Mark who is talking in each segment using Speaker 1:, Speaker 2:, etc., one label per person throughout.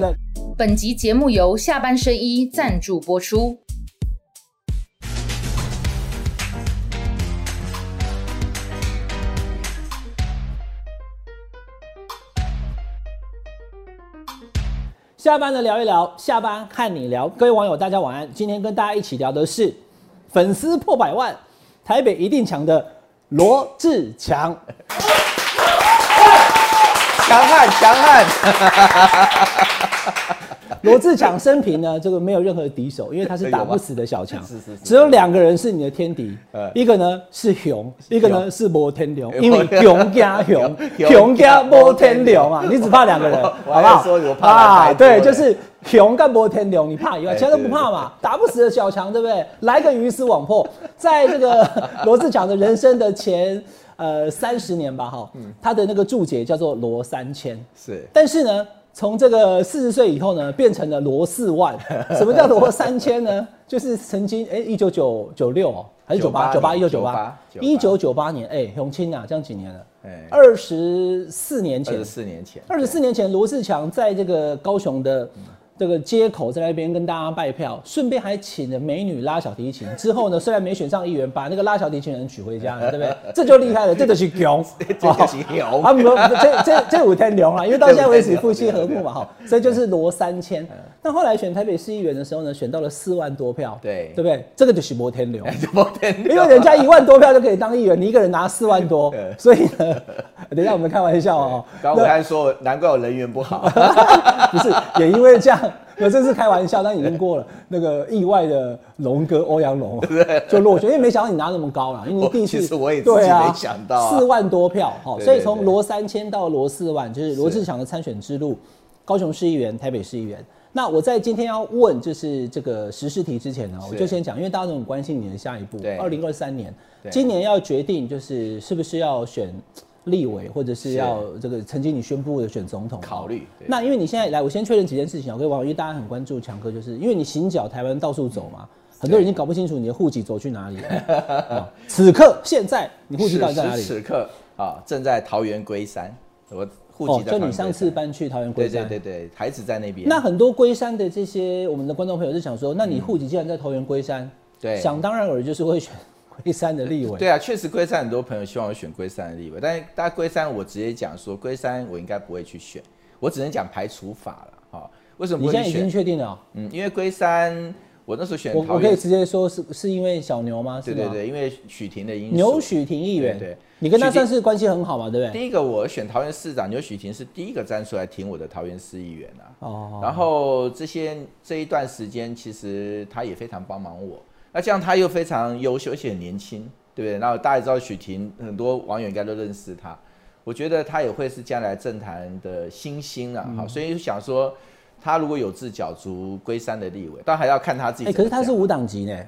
Speaker 1: 那
Speaker 2: 本集节目由下半身衣赞助播出。
Speaker 1: 下班的聊一聊，下班和你聊。各位网友，大家晚安。今天跟大家一起聊的是粉丝破百万，台北一定强的罗志强。
Speaker 3: 强悍，强悍，
Speaker 1: 罗志强生平呢，这个没有任何敌手，因为他是打不死的小强，
Speaker 3: 哎是是是
Speaker 1: 只有两个人是你的天敌
Speaker 3: 呃，
Speaker 1: 一个呢是熊，一个呢是摩天龙，因为
Speaker 3: 熊
Speaker 1: 熊加熊，
Speaker 3: 熊
Speaker 1: 熊加摩天龙啊，你只怕两个人，
Speaker 3: 我
Speaker 1: 好不
Speaker 3: 我还
Speaker 1: 好？啊
Speaker 3: 说我怕他太多
Speaker 1: 对，
Speaker 3: 了
Speaker 1: 就是熊跟摩天龙，你怕以外，
Speaker 3: 哎
Speaker 1: 其他都不怕嘛，打不死的小强，对不对？来个鱼死网破，在这个 罗志强的人生的前。呃，三十年吧，哈，
Speaker 3: 嗯
Speaker 1: 他的那个注解叫做罗三千，
Speaker 3: 是
Speaker 1: 但是呢，从这个四十岁以后呢，变成了罗四 万。什么叫罗三千呢？就是曾经哎，一九九九六哦，还是九八九八一九九八
Speaker 3: 98
Speaker 1: 一九九八年哎，永清啊，这样几年了
Speaker 3: 哎？
Speaker 1: 二十四年
Speaker 3: 二
Speaker 1: 前
Speaker 3: 十，四年前，
Speaker 1: 二十四年前，罗志强在这个高雄的这个街口在那边跟大家拜票，顺便还请了美女拉小提琴。之后呢，虽然没选上议员，把那个拉小提琴人娶回家 了，对不对？这就厉害了，这就是穷，
Speaker 3: 这个是牛
Speaker 1: 啊，没有这这这五天牛啊，因为到现在为止夫妻和睦嘛，哈，所以就是罗三千。
Speaker 3: 嗯
Speaker 1: 但后来选台北市议员的时候呢，选到了四万多票，
Speaker 3: 对
Speaker 1: 对不对？这个就是摩天 流。
Speaker 3: 摩天
Speaker 1: 因为人家一万多票就可以当议员，你一个人拿四万多，所以呢， 等一下我们开玩笑哦、
Speaker 3: 刚
Speaker 1: 那
Speaker 3: 伟汉说，难怪我人缘 不好，
Speaker 1: 不是，也因为这样，我这是开玩笑，但已经过了那个意外的龙哥欧阳龙就落选，因为没想到你拿那么高啦，因为你第一次
Speaker 3: 我其实我也自己
Speaker 1: 对啊，
Speaker 3: 没想到啊
Speaker 1: 四万多票哈，齁
Speaker 3: 对对
Speaker 1: 所以从罗三千到罗四万，就是罗志
Speaker 3: 是
Speaker 1: 祥的参选之路，高雄市议员、台北市议员。那我在今天要问就是这个时事题之前呢，我
Speaker 3: 是
Speaker 1: 就先讲，因为大家都很关心你的下一步
Speaker 3: 对，
Speaker 1: 二零二三年，
Speaker 3: 对
Speaker 1: 今年要决定就是是不是要选立委，或者是
Speaker 3: 是
Speaker 1: 要这个曾经你宣布的选总统。
Speaker 3: 考虑对
Speaker 1: 那因为你现在来，我先确认几件事情啊，各位网友，因为大家很关注强哥，就是因为你行脚台湾到处走嘛，很多人已经搞不清楚你的户籍走去哪里 了。啊此刻现在你户籍到底在哪
Speaker 3: 此
Speaker 1: 里
Speaker 3: 时？此刻啊，正在桃园龟山，我户籍在
Speaker 1: 哦就
Speaker 3: 桃园
Speaker 1: 你
Speaker 3: 龟山
Speaker 1: 上次搬去桃园龟
Speaker 3: 对
Speaker 1: 山
Speaker 3: 对。对对，孩子在那边，
Speaker 1: 那很多龟山的这些我们的观众朋友就想说，那你户籍既然在桃园龟山，
Speaker 3: 对
Speaker 1: 想当然尔就是会选龟山的立委。
Speaker 3: 对啊，确实龟山很多朋友希望我选龟山的立委，但是大家龟山我直接讲说，龟山我应该不会去选，我只能讲排除法了哈、为什么
Speaker 1: 你
Speaker 3: 不
Speaker 1: 现
Speaker 3: 会
Speaker 1: 在
Speaker 3: 去
Speaker 1: 已经
Speaker 3: 选？
Speaker 1: 确定了哦，
Speaker 3: 嗯，因为龟山我那时候选
Speaker 1: 我我
Speaker 3: 桃
Speaker 1: 可
Speaker 3: 园
Speaker 1: 以，直接说是是因为小牛吗？是
Speaker 3: 对
Speaker 1: 吗
Speaker 3: 对，对，因为许婷的因素，
Speaker 1: 牛许廷议员，
Speaker 3: 对对
Speaker 1: 你跟他
Speaker 3: 许廷
Speaker 1: 算是关系很好嘛，对不对？
Speaker 3: 第一个，我选桃园市长牛许婷是第一个站出来挺我的桃园市议员啊。
Speaker 1: 哦
Speaker 3: 然后这些这一段时间，其实他也非常帮忙我。那这样他又非常优秀，而且很年轻，对不对？然后大家也知道许婷，很多网友应该都认识他。我觉得他也会是将来政坛的新星
Speaker 1: 嗯
Speaker 3: 啊，好、所以想说，他如果有志角逐龟山的立委，但还要看他自
Speaker 1: 哎、
Speaker 3: 己怎么
Speaker 1: 可
Speaker 3: 讲。
Speaker 1: 是他是无党籍呢，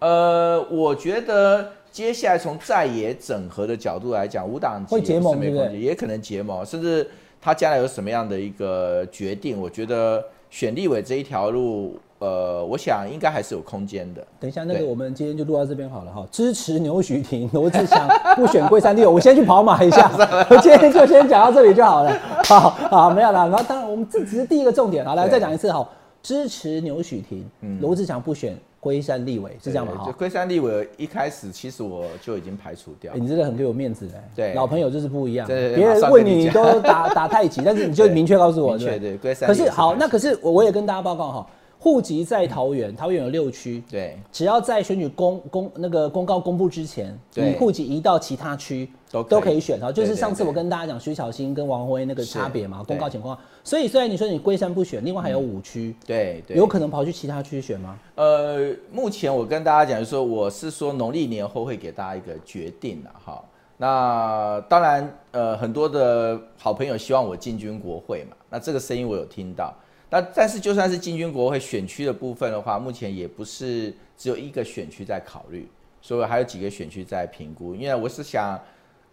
Speaker 3: 呃，我觉得接下来从在野整合的角度来讲，无党籍
Speaker 1: 会结盟
Speaker 3: 也不是没
Speaker 1: 对不对
Speaker 3: 空间也可能结盟，甚至他将来有什么样的一个决定，我觉得选立委这一条路，呃，我想应该还是有空间的。
Speaker 1: 等一下，那个
Speaker 3: 对
Speaker 1: 我们今天就录到这边好了哈。支持牛许婷、罗志祥 不选龟山地，我先去跑马一 下。
Speaker 3: 啊
Speaker 1: 我 今天就先讲到这里就好了。好好，没有啦。然后当然，我们这只是第一个重点好，来
Speaker 3: 对嗯
Speaker 1: 再讲一次哈。支持牛许婷、罗志祥不选龟山立委，是这样吗？
Speaker 3: 对
Speaker 1: 哈
Speaker 3: 就、龟山立委一开始，其实我就已经排除掉
Speaker 1: 哎，你真的很给我面子哎。
Speaker 3: 对
Speaker 1: 老朋友就是不一样。
Speaker 3: 对对对
Speaker 1: 别
Speaker 3: 马
Speaker 1: 人
Speaker 3: 上
Speaker 1: 问
Speaker 3: 跟你
Speaker 1: 你
Speaker 3: 讲
Speaker 1: 都打 打太极，但是你就
Speaker 3: 对
Speaker 1: 明确告诉我，
Speaker 3: 明确
Speaker 1: 对
Speaker 3: 对
Speaker 1: 不
Speaker 3: 龟山
Speaker 1: 可
Speaker 3: 也
Speaker 1: 是
Speaker 3: 是
Speaker 1: 好，
Speaker 3: 排
Speaker 1: 那可是我我也跟大家报告哈，户籍在桃园，桃园有六区。
Speaker 3: 对，
Speaker 1: 只要在选举公公那个公告公布之前，
Speaker 3: 对
Speaker 1: 你户籍移到其他区
Speaker 3: 都可以
Speaker 1: 都可以选哈，就
Speaker 3: 对
Speaker 1: 是
Speaker 3: 对
Speaker 1: 上次
Speaker 3: 对
Speaker 1: 我跟大家讲徐小新跟王辉那个
Speaker 3: 是
Speaker 1: 差别嘛，公告
Speaker 3: 对
Speaker 1: 前公告。所以虽然你说你龟山不选，另外还有五区，
Speaker 3: 对嗯对，
Speaker 1: 有可能跑去其他区选吗？
Speaker 3: 呃，目前我跟大家讲说，我是说农历年后会给大家一个决定了哈。那当然，呃，很多的好朋友希望我进军国会嘛，那这个声音我有听到。那但是就算是进军国会选区的部分的话，目前也不是只有一个选区在考虑，所以我还有几个选区在评估。因为我是想，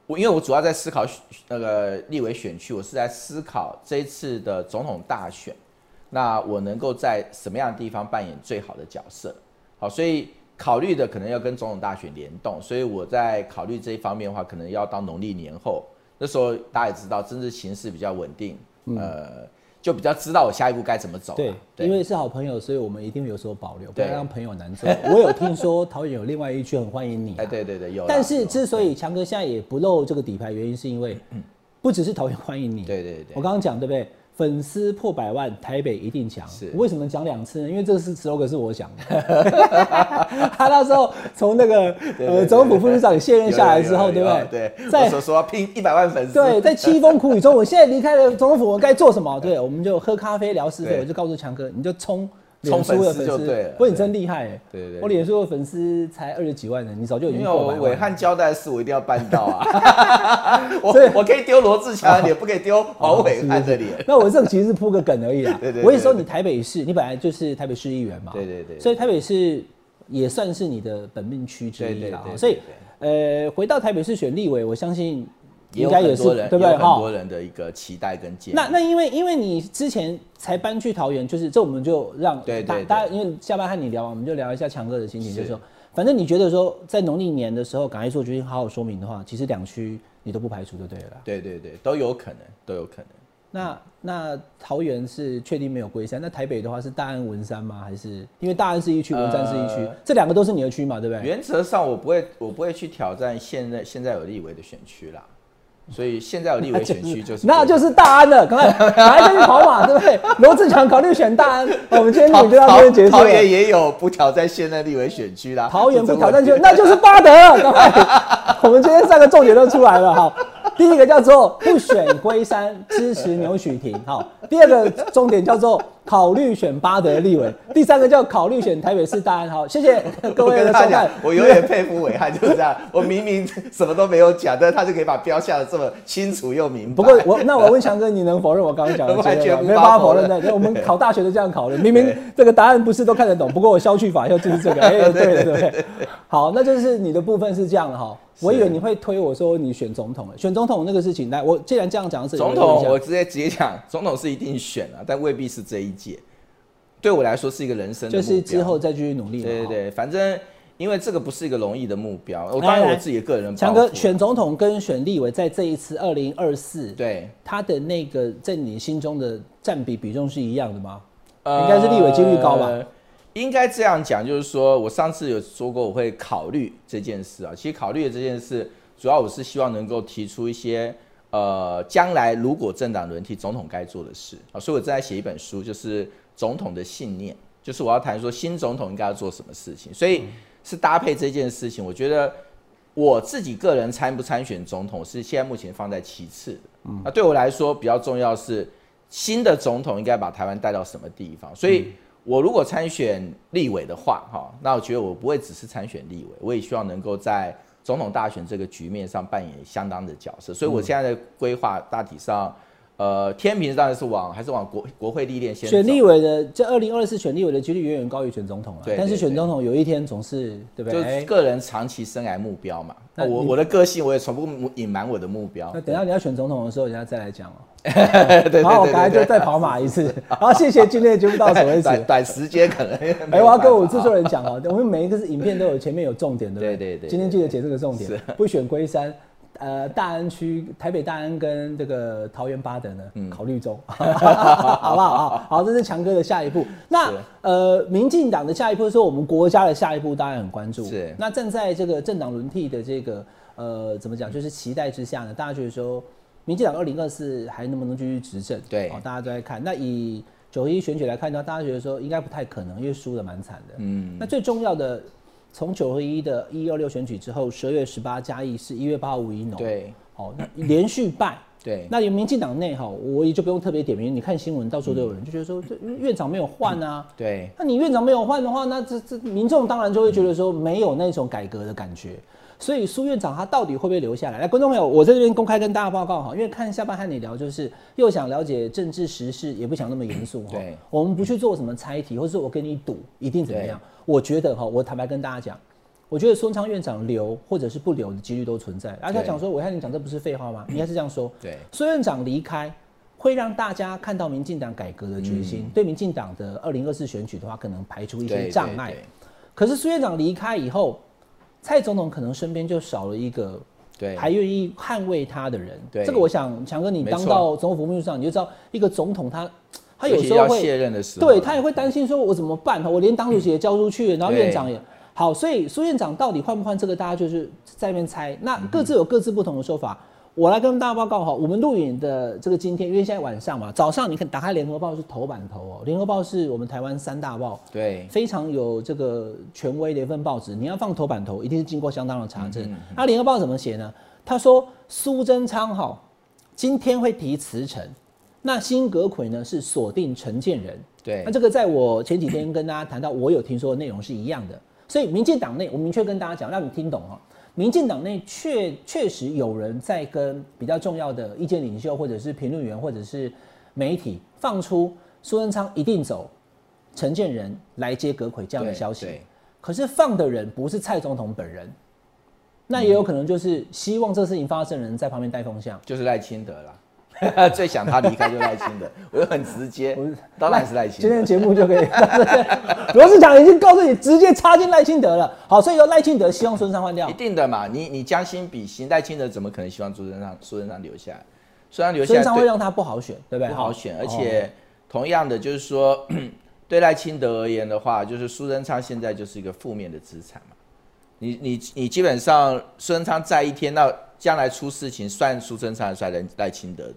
Speaker 3: 我因为我主要在思考选那个立委选区，我是在思考这一次的总统大选。那我能够在什么样的地方扮演最好的角色？好，所以考虑的可能要跟总统大选联动，所以我在考虑这一方面的话，可能要到农历年后，那时候大家也知道，政治形势比较稳定，呃，就比较知道我下一步该怎么走了。
Speaker 1: 嗯对，哦
Speaker 3: 对
Speaker 1: 因为是好朋友，所以我们一定有所保留，不
Speaker 3: 对
Speaker 1: 要让朋友难做。 我有听说桃园有另外一区很欢迎你、啊，
Speaker 3: 哎，对对对，有啦。
Speaker 1: 但是
Speaker 3: 有
Speaker 1: 之所以强哥现在也不露这个底牌，原因是因为不只是桃园欢迎你，
Speaker 3: 对对对
Speaker 1: 我刚刚讲对不对？粉丝破百万，台北一定强。
Speaker 3: 是
Speaker 1: 我为什么讲两次呢？因为这个是 slogan 是我想的。他那时候从那个
Speaker 3: 对对
Speaker 1: 呃总统副市长也卸
Speaker 3: 有
Speaker 1: 任下来之后，
Speaker 3: 有
Speaker 1: 对
Speaker 3: 有
Speaker 1: 不
Speaker 3: 有
Speaker 1: 对？
Speaker 3: 对，
Speaker 1: 在
Speaker 3: 我所说要拼一百万粉丝，
Speaker 1: 对，在凄风苦雨中，我现在离开了总统府，我该做什么？对，我们就喝咖啡聊是非，
Speaker 3: 对
Speaker 1: 我就告诉强哥，你就冲。
Speaker 3: 冲粉丝
Speaker 1: 的粉
Speaker 3: 就对
Speaker 1: 丝
Speaker 3: 了，
Speaker 1: 不过你真厉害欸！
Speaker 3: 对对对
Speaker 1: 我脸书的粉丝才二十几万人，你早就已
Speaker 3: 因
Speaker 1: 经
Speaker 3: 为
Speaker 1: 破
Speaker 3: 我
Speaker 1: 百万
Speaker 3: 伟
Speaker 1: 了。
Speaker 3: 汉交代的事，我一定要办到啊！ 我
Speaker 1: 所以哦
Speaker 3: 我可以丢罗志祥的脸，不可以丢黄伟汉的脸。
Speaker 1: 那我这个其实是铺个梗而已啦。
Speaker 3: 对对对
Speaker 1: 我一直说你台北市，你本来就是台北市议员嘛。
Speaker 3: 对对对
Speaker 1: 所以台北市也算是你的本命区之一啦
Speaker 3: 对对对。对
Speaker 1: 所以，呃，回到台北市选立委，我相信
Speaker 3: 也
Speaker 1: 应
Speaker 3: 有
Speaker 1: 该也
Speaker 3: 很
Speaker 1: 是
Speaker 3: 多人，
Speaker 1: 对不
Speaker 3: 也
Speaker 1: 对？
Speaker 3: 有很多人的一个期待跟建议。
Speaker 1: 那那因为因为你之前才搬去桃园，就是这我们就让
Speaker 3: 对对
Speaker 1: 大
Speaker 3: 对
Speaker 1: 大家因为下班和你聊完，我们就聊一下强哥的心情，
Speaker 3: 是
Speaker 1: 就是说，反正你觉得说在农历年的时候赶快做决定，好好说明的话，其实两区你都不排除就对了啦。
Speaker 3: 对对对，都有可能，都有可能。
Speaker 1: 那那桃园是确定没有龟山，那台北的话是大安文山吗？还是因为大安是一区，文山是一区，
Speaker 3: 呃
Speaker 1: 这两个都是你的区嘛，对不对？
Speaker 3: 原则上，我不会，我不会去挑战现在现在有立委的选区啦。所以现在 有立委选区就是
Speaker 1: 啊那就是大安了，赶快赶快再去跑马，对不对？罗志强考虑选大安，哦我们今天
Speaker 3: 桃
Speaker 1: 录影就到这边结束
Speaker 3: 桃
Speaker 1: 了。
Speaker 3: 桃园也有不挑战现任立委选区啦，
Speaker 1: 啊桃园不挑战
Speaker 3: 啊是这
Speaker 1: 就
Speaker 3: 么
Speaker 1: 那就是巴德 了。赶快，我们今天三个重点都出来了哈。第一个叫做不选龟山，支持牛许婷。好，第二个重点叫做考虑选巴德立委，第三个叫考虑选台北市大安。好，谢谢各
Speaker 3: 我
Speaker 1: 位
Speaker 3: 跟
Speaker 1: 的
Speaker 3: 他
Speaker 1: 收
Speaker 3: 讲
Speaker 1: 啊看，。
Speaker 3: 我永远佩服伟汉就是这样。我明明什么都没有讲，但是他就可以把标下的这么清楚又明白。
Speaker 1: 不过我那我问强哥，你能否认我刚刚讲的这个吗？
Speaker 3: 完全无法
Speaker 1: 没办法否认
Speaker 3: 否
Speaker 1: 的。
Speaker 3: 认
Speaker 1: 对 我们考大学都这样考的，明明
Speaker 3: 对
Speaker 1: 这个答案不是都看得懂，不过我消去法又就是 这个。哎、对了对了好，那就是你的部分是这样的哈。我以为你会推我说你选总统了，选总统那个事情，来，我既然这样讲的事情，
Speaker 3: 总
Speaker 1: 我问
Speaker 3: 统，
Speaker 1: 一下
Speaker 3: 我直接直接讲，总统是一定选了、但未必是这一届。对我来说是一个人生的
Speaker 1: 就
Speaker 3: 目标
Speaker 1: 是之后再继续努力
Speaker 3: 对
Speaker 1: 嘛。
Speaker 3: 对
Speaker 1: 哈。
Speaker 3: 对，反正因为这个不是一个容易的目标，我
Speaker 1: 来
Speaker 3: 当然
Speaker 1: 来
Speaker 3: 我自己个人
Speaker 1: 哎强
Speaker 3: 抱
Speaker 1: 哥
Speaker 3: 负
Speaker 1: 选总统跟选立委，在这一次二零二四，
Speaker 3: 对，
Speaker 1: 他的那个在你心中的占比比重是一样的吗？
Speaker 3: 呃
Speaker 1: 应该是立委几率高吧？
Speaker 3: 应该这样讲，就是说我上次有说过我会考虑这件事啊。其实考虑的这件事，主要我是希望能够提出一些呃，将来如果政党轮替，总统该做的事啊。所以我正在写一本书，就是《总统的信念》，就是我要谈说新总统应该要做什么事情。所以是搭配这件事情，我觉得我自己个人参不参选总统是现在目前放在其次的。
Speaker 1: 嗯
Speaker 3: 那对我来说比较重要是新的总统应该把台湾带到什么地方。
Speaker 1: 嗯
Speaker 3: 所以我如果参选立委的话，哈，那我觉得我不会只是参选立委，我也希望能够在总统大选这个局面上扮演相当的角色。所以
Speaker 1: 嗯
Speaker 3: 我现在的规划大体上，呃，天平当然是往还是往国国会历练先走。
Speaker 1: 选立委的这二零二四选立委的几率远远高于选总统了
Speaker 3: 对，
Speaker 1: 但是
Speaker 3: 对
Speaker 1: 选
Speaker 3: 对
Speaker 1: 总统有一天总是对不对？
Speaker 3: 就是
Speaker 1: 哎
Speaker 3: 个人长期生涯目标嘛，
Speaker 1: 那
Speaker 3: 我
Speaker 1: 你
Speaker 3: 我的个性我也从不隐瞒我的目标。
Speaker 1: 那等一下你要选总统的时候，人家再来讲哦。
Speaker 3: 对对对
Speaker 1: 然后我
Speaker 3: 对
Speaker 1: 赶快
Speaker 3: 对
Speaker 1: 就 再跑马一次。好，谢谢今天的节目到此为止。
Speaker 3: 短短时间可能 没
Speaker 1: 哎，
Speaker 3: 有办法。
Speaker 1: 我要跟我制作人讲哦， 我们每一个是影片都有前面有重点，对不对？
Speaker 3: 对对对
Speaker 1: 今天记得解这个重点，不选龟山。呃，大安区、台北大安跟这个桃园八德呢，
Speaker 3: 嗯
Speaker 1: 考虑中， 好不好？好，好，这是强哥的下一步。那
Speaker 3: 是
Speaker 1: 呃，民进党的下一步，说我们国家的下一步，大家很关注。
Speaker 3: 是
Speaker 1: 那站在这个政党轮替的这个呃，怎么讲，就是期待之下呢，大家觉得说，民进党二零二四还能不能继续执政？
Speaker 3: 对
Speaker 1: 哦大家都在看。那以九一选举来看的话，大家觉得说应该不太可能，因为输的蛮惨的。嗯，那最重要的，从九合一的一二六选举之后，十二月十八加一是一月八号五一农，，
Speaker 3: 对
Speaker 1: 哦，那连续败。
Speaker 3: 对，
Speaker 1: 那有民进党内哈，我也就不用特别点名，你看新闻到处都有人就觉得说，这院长没有换啊。
Speaker 3: 对
Speaker 1: 那你院长没有换的话，那这这民众当然就会觉得说没有那种改革的感觉。所以苏院长他到底会不会留下来？来，观众朋友，我在这边公开跟大家报告哈，因为看下半和你聊，就是又想了解政治时事，也不想那么严肃哈
Speaker 3: 对。
Speaker 1: 我们不去做什么猜题，或者说我跟你赌一定怎么样。我觉得哈，我坦白跟大家讲，我觉得孙昌院长留或者是不留的几率都存在。啊而且他讲说，我看你讲这不是废话吗？你应该是这样说。
Speaker 3: 对
Speaker 1: 苏院长离开，会让大家看到民进党改革的决心，对民进党的二零二四选举的话，可能排除一
Speaker 3: 嗯对
Speaker 1: 些
Speaker 3: 对
Speaker 1: 障碍。
Speaker 3: 对
Speaker 1: 可是苏院长离开以后，蔡总统可能身边就少了一个
Speaker 3: 对
Speaker 1: 还愿意捍卫他的人。
Speaker 3: 对
Speaker 1: 这个我想强哥，你
Speaker 3: 没
Speaker 1: 当
Speaker 3: 错
Speaker 1: 到总统府秘书长，你就知道一个总统他他有
Speaker 3: 尤其
Speaker 1: 时候
Speaker 3: 要
Speaker 1: 会
Speaker 3: 卸任的时候，啊
Speaker 1: 对他也会担心说，我怎么办？我连党主席也交出去了，然后
Speaker 3: 对
Speaker 1: 院长也好，所以苏院长到底换不换这个，大家就是在那边猜。那各自有各自不同的说法。我来跟大家报告哈，我们录影的这个今天，因为现在晚上嘛，早上你看打开联合报是头版头哦，联合报是我们台湾三大报，
Speaker 3: 对
Speaker 1: 非常有这个权威的一份报纸，你要放头版头，一定是经过相当的查证。那、联合报怎么写呢？他说苏贞昌哈今天会提辞呈，那辛格奎呢是锁定陈建仁。
Speaker 3: 对
Speaker 1: 那这个在我前几天跟大家谈到，我有听说的内容是一样的。所以民进党内，我明确跟大家讲，让你听懂哈、民进党内确确实有人在跟比较重要的意见领袖，或者是评论员，或者是媒体放出苏贞昌一定走，陈建仁来接葛魁这样的
Speaker 3: 对
Speaker 1: 消息
Speaker 3: 对。
Speaker 1: 可是放的人不是蔡总统本人，那也有可能就是希望这事情发生的人在旁边带风向。
Speaker 3: 就是赖清德啦， 最想他离开就赖清德，我又很直接，当然是赖清
Speaker 1: 今天
Speaker 3: 德。
Speaker 1: 的节目就可以，罗市长已经告诉你，直接插进赖清德了。好，所以由赖清德希望孙山换掉
Speaker 3: 一。定的嘛，你你将心比心，赖清德怎么可能希望苏贞昌苏贞昌留下来？苏贞昌留下
Speaker 1: 孙
Speaker 3: 来
Speaker 1: 山
Speaker 3: 对
Speaker 1: 会让他不好选，对不对？
Speaker 3: 不好选，
Speaker 1: 哦
Speaker 3: 而且同样的就是说， 对赖清德而言的话，就是苏贞昌现在就是一个负面的资产嘛。你你你基本上苏贞昌在一天，那将来出事情算苏贞昌还是算赖赖清德的？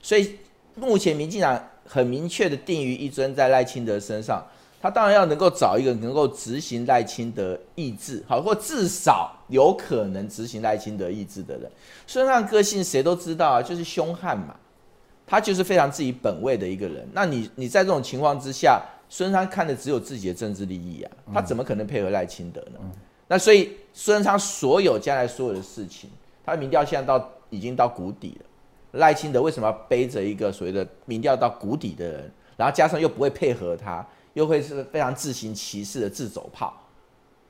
Speaker 3: 所以目前民进党很明确的定于一尊在赖清德身上，他当然要能够找一个能够执行赖清德意志，好或至少有可能执行赖清德意志的人。孙尚个性谁都知道啊，就是凶悍嘛。他就是非常自己本位的一个人。那你你在这种情况之下，孙昌看的只有自己的政治利益啊，他怎么可能配合赖清德呢？那所以孙昌所有将来所有的事情，他的民调现在到已经到谷底了，赖清德为什么要背着一个所谓的民调到谷底的人，然后加上又不会配合他，又会是非常自行其事的自走炮？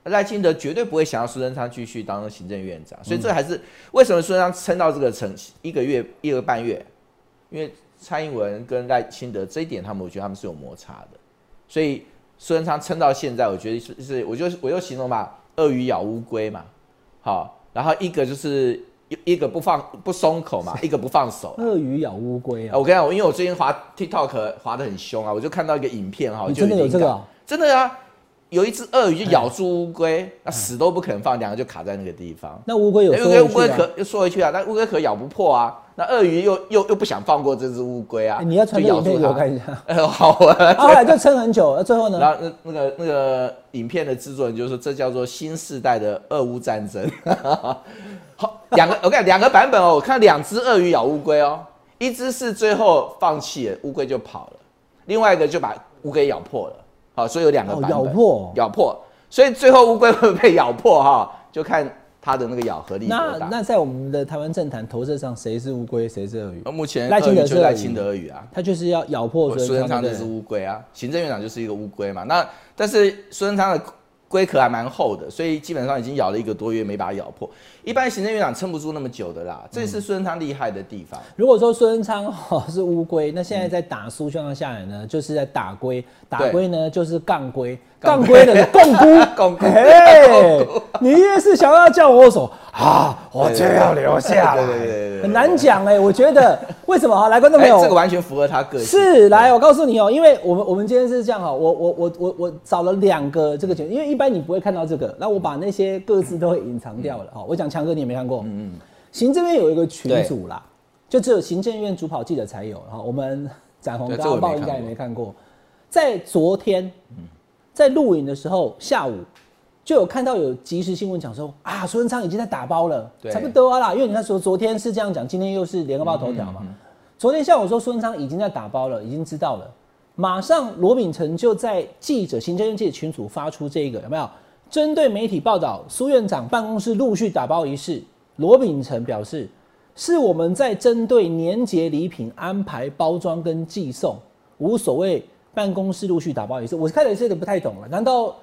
Speaker 3: 赖清德绝对不会想要苏贞昌继续当行政院长，
Speaker 1: 嗯
Speaker 3: 所以这还是、为什么苏贞昌撑到这个成一个月一个半月，因为蔡英文跟赖清德这一点，他们我觉得他们是有摩擦的，所以苏贞昌撑到现在，我觉得是是，我就我就形容嘛，鳄鱼咬乌龟嘛，好，然后一个就是一一个不放不松口嘛，一个不放手。
Speaker 1: 鳄鱼咬乌龟
Speaker 3: 啊
Speaker 1: 啊，
Speaker 3: 我跟你讲，我因为我最近滑 TikTok 滑的很凶啊，我就看到一个影片哈，
Speaker 1: 你
Speaker 3: 就
Speaker 1: 真的有这
Speaker 3: 灵
Speaker 1: 个
Speaker 3: 感
Speaker 1: 哦？
Speaker 3: 真的啊，有一只鳄鱼就咬住乌龟，那死都不肯放，两个就卡在那个地方。
Speaker 1: 那乌龟哎有
Speaker 3: 因
Speaker 1: 缩
Speaker 3: 为乌
Speaker 1: 回
Speaker 3: 龟
Speaker 1: 去啊吗？
Speaker 3: 壳又缩回去啊，但乌龟壳咬不破啊，那鳄鱼又又又不想放过这只乌龟啊
Speaker 1: 哎，你要传
Speaker 3: 就
Speaker 1: 这个影片
Speaker 3: 咬住
Speaker 1: 给我
Speaker 3: 它。
Speaker 1: 看一下。
Speaker 3: 呃， 好啊。
Speaker 1: 啊后来就撑很久，那最后呢？
Speaker 3: 然后那那个那个影片的制作人就说，这叫做新时代的俄乌战争。 好，两个我看两个版本哦，我看两只鳄鱼咬乌龟哦，一只是最后放弃了，乌龟就跑了，另外一个就把乌龟咬破了。好，所以有两个
Speaker 1: 哦
Speaker 3: 版本，
Speaker 1: 咬破
Speaker 3: 咬破，所以最后乌龟会不会被咬破哈、 就看它的那个咬合力多
Speaker 1: 那
Speaker 3: 大。
Speaker 1: 那在我们的台湾政坛投射上，谁是乌龟，谁是鳄鱼
Speaker 3: 而？目前
Speaker 1: 赖清哦德
Speaker 3: 鳄鱼就是
Speaker 1: 鳄鱼
Speaker 3: 赖清德鳄鱼啊，
Speaker 1: 他就是要咬破
Speaker 3: 苏
Speaker 1: 孙
Speaker 3: 贞
Speaker 1: 文
Speaker 3: 昌
Speaker 1: 昌
Speaker 3: 那只乌龟啊，行政院长就是一个乌龟嘛。那但是苏贞昌的龟壳还蛮厚的，所以基本上已经咬了一个多月没把它咬破。一般行政院长撑不住那么久的
Speaker 1: 嗯
Speaker 3: 啦，这是苏贞昌厉害的地 方。
Speaker 1: 如果说孙文昌哦是乌龟，那现在在打苏状况下来
Speaker 3: 嗯
Speaker 1: 呢，就是在打龟，打龟呢就是杠龟，杠龟的共 菇，
Speaker 3: 共菇
Speaker 1: 嘿，你越是想要叫我手啊，我就要留下来，
Speaker 3: 对对对对对
Speaker 1: 很难讲哎，我觉得为什么啊？来，观众朋友，
Speaker 3: 哎这个完全符合他个性。
Speaker 1: 是，来，我告诉你哦、因为我们我们今天是这样哈、哦我我我我我找了两个这个节目，因为一般你不会看到这个，那我把那些各自都会隐藏掉了
Speaker 3: 嗯
Speaker 1: 哈、我讲强哥你也没看过，嗯嗯，行政院有一个群组啦，就只有行政院主跑记者才有哈、我们展宏
Speaker 3: 对
Speaker 1: 跟
Speaker 3: 这我
Speaker 1: 阿豹
Speaker 3: 也没
Speaker 1: 应
Speaker 3: 看
Speaker 1: 该也
Speaker 3: 过
Speaker 1: 没看过，在昨天，在录影的时候下午。就有看到有即时新闻讲说啊，苏文昌已经在打包了，
Speaker 3: 对
Speaker 1: 差不多啊啦。因为你看说昨天是这样讲，今天又是联合报头条嘛，昨天下午说孙文昌已经在打包了，已经知道了，马上罗秉成就在记者行政院记者群组发出这个有没有？针对媒体报道苏院长办公室陆续打包一事，罗秉成表示，是我们在针对年节礼品安排包装跟寄送，无所谓办公室陆续打包一事。我开始有点不太懂了，难道？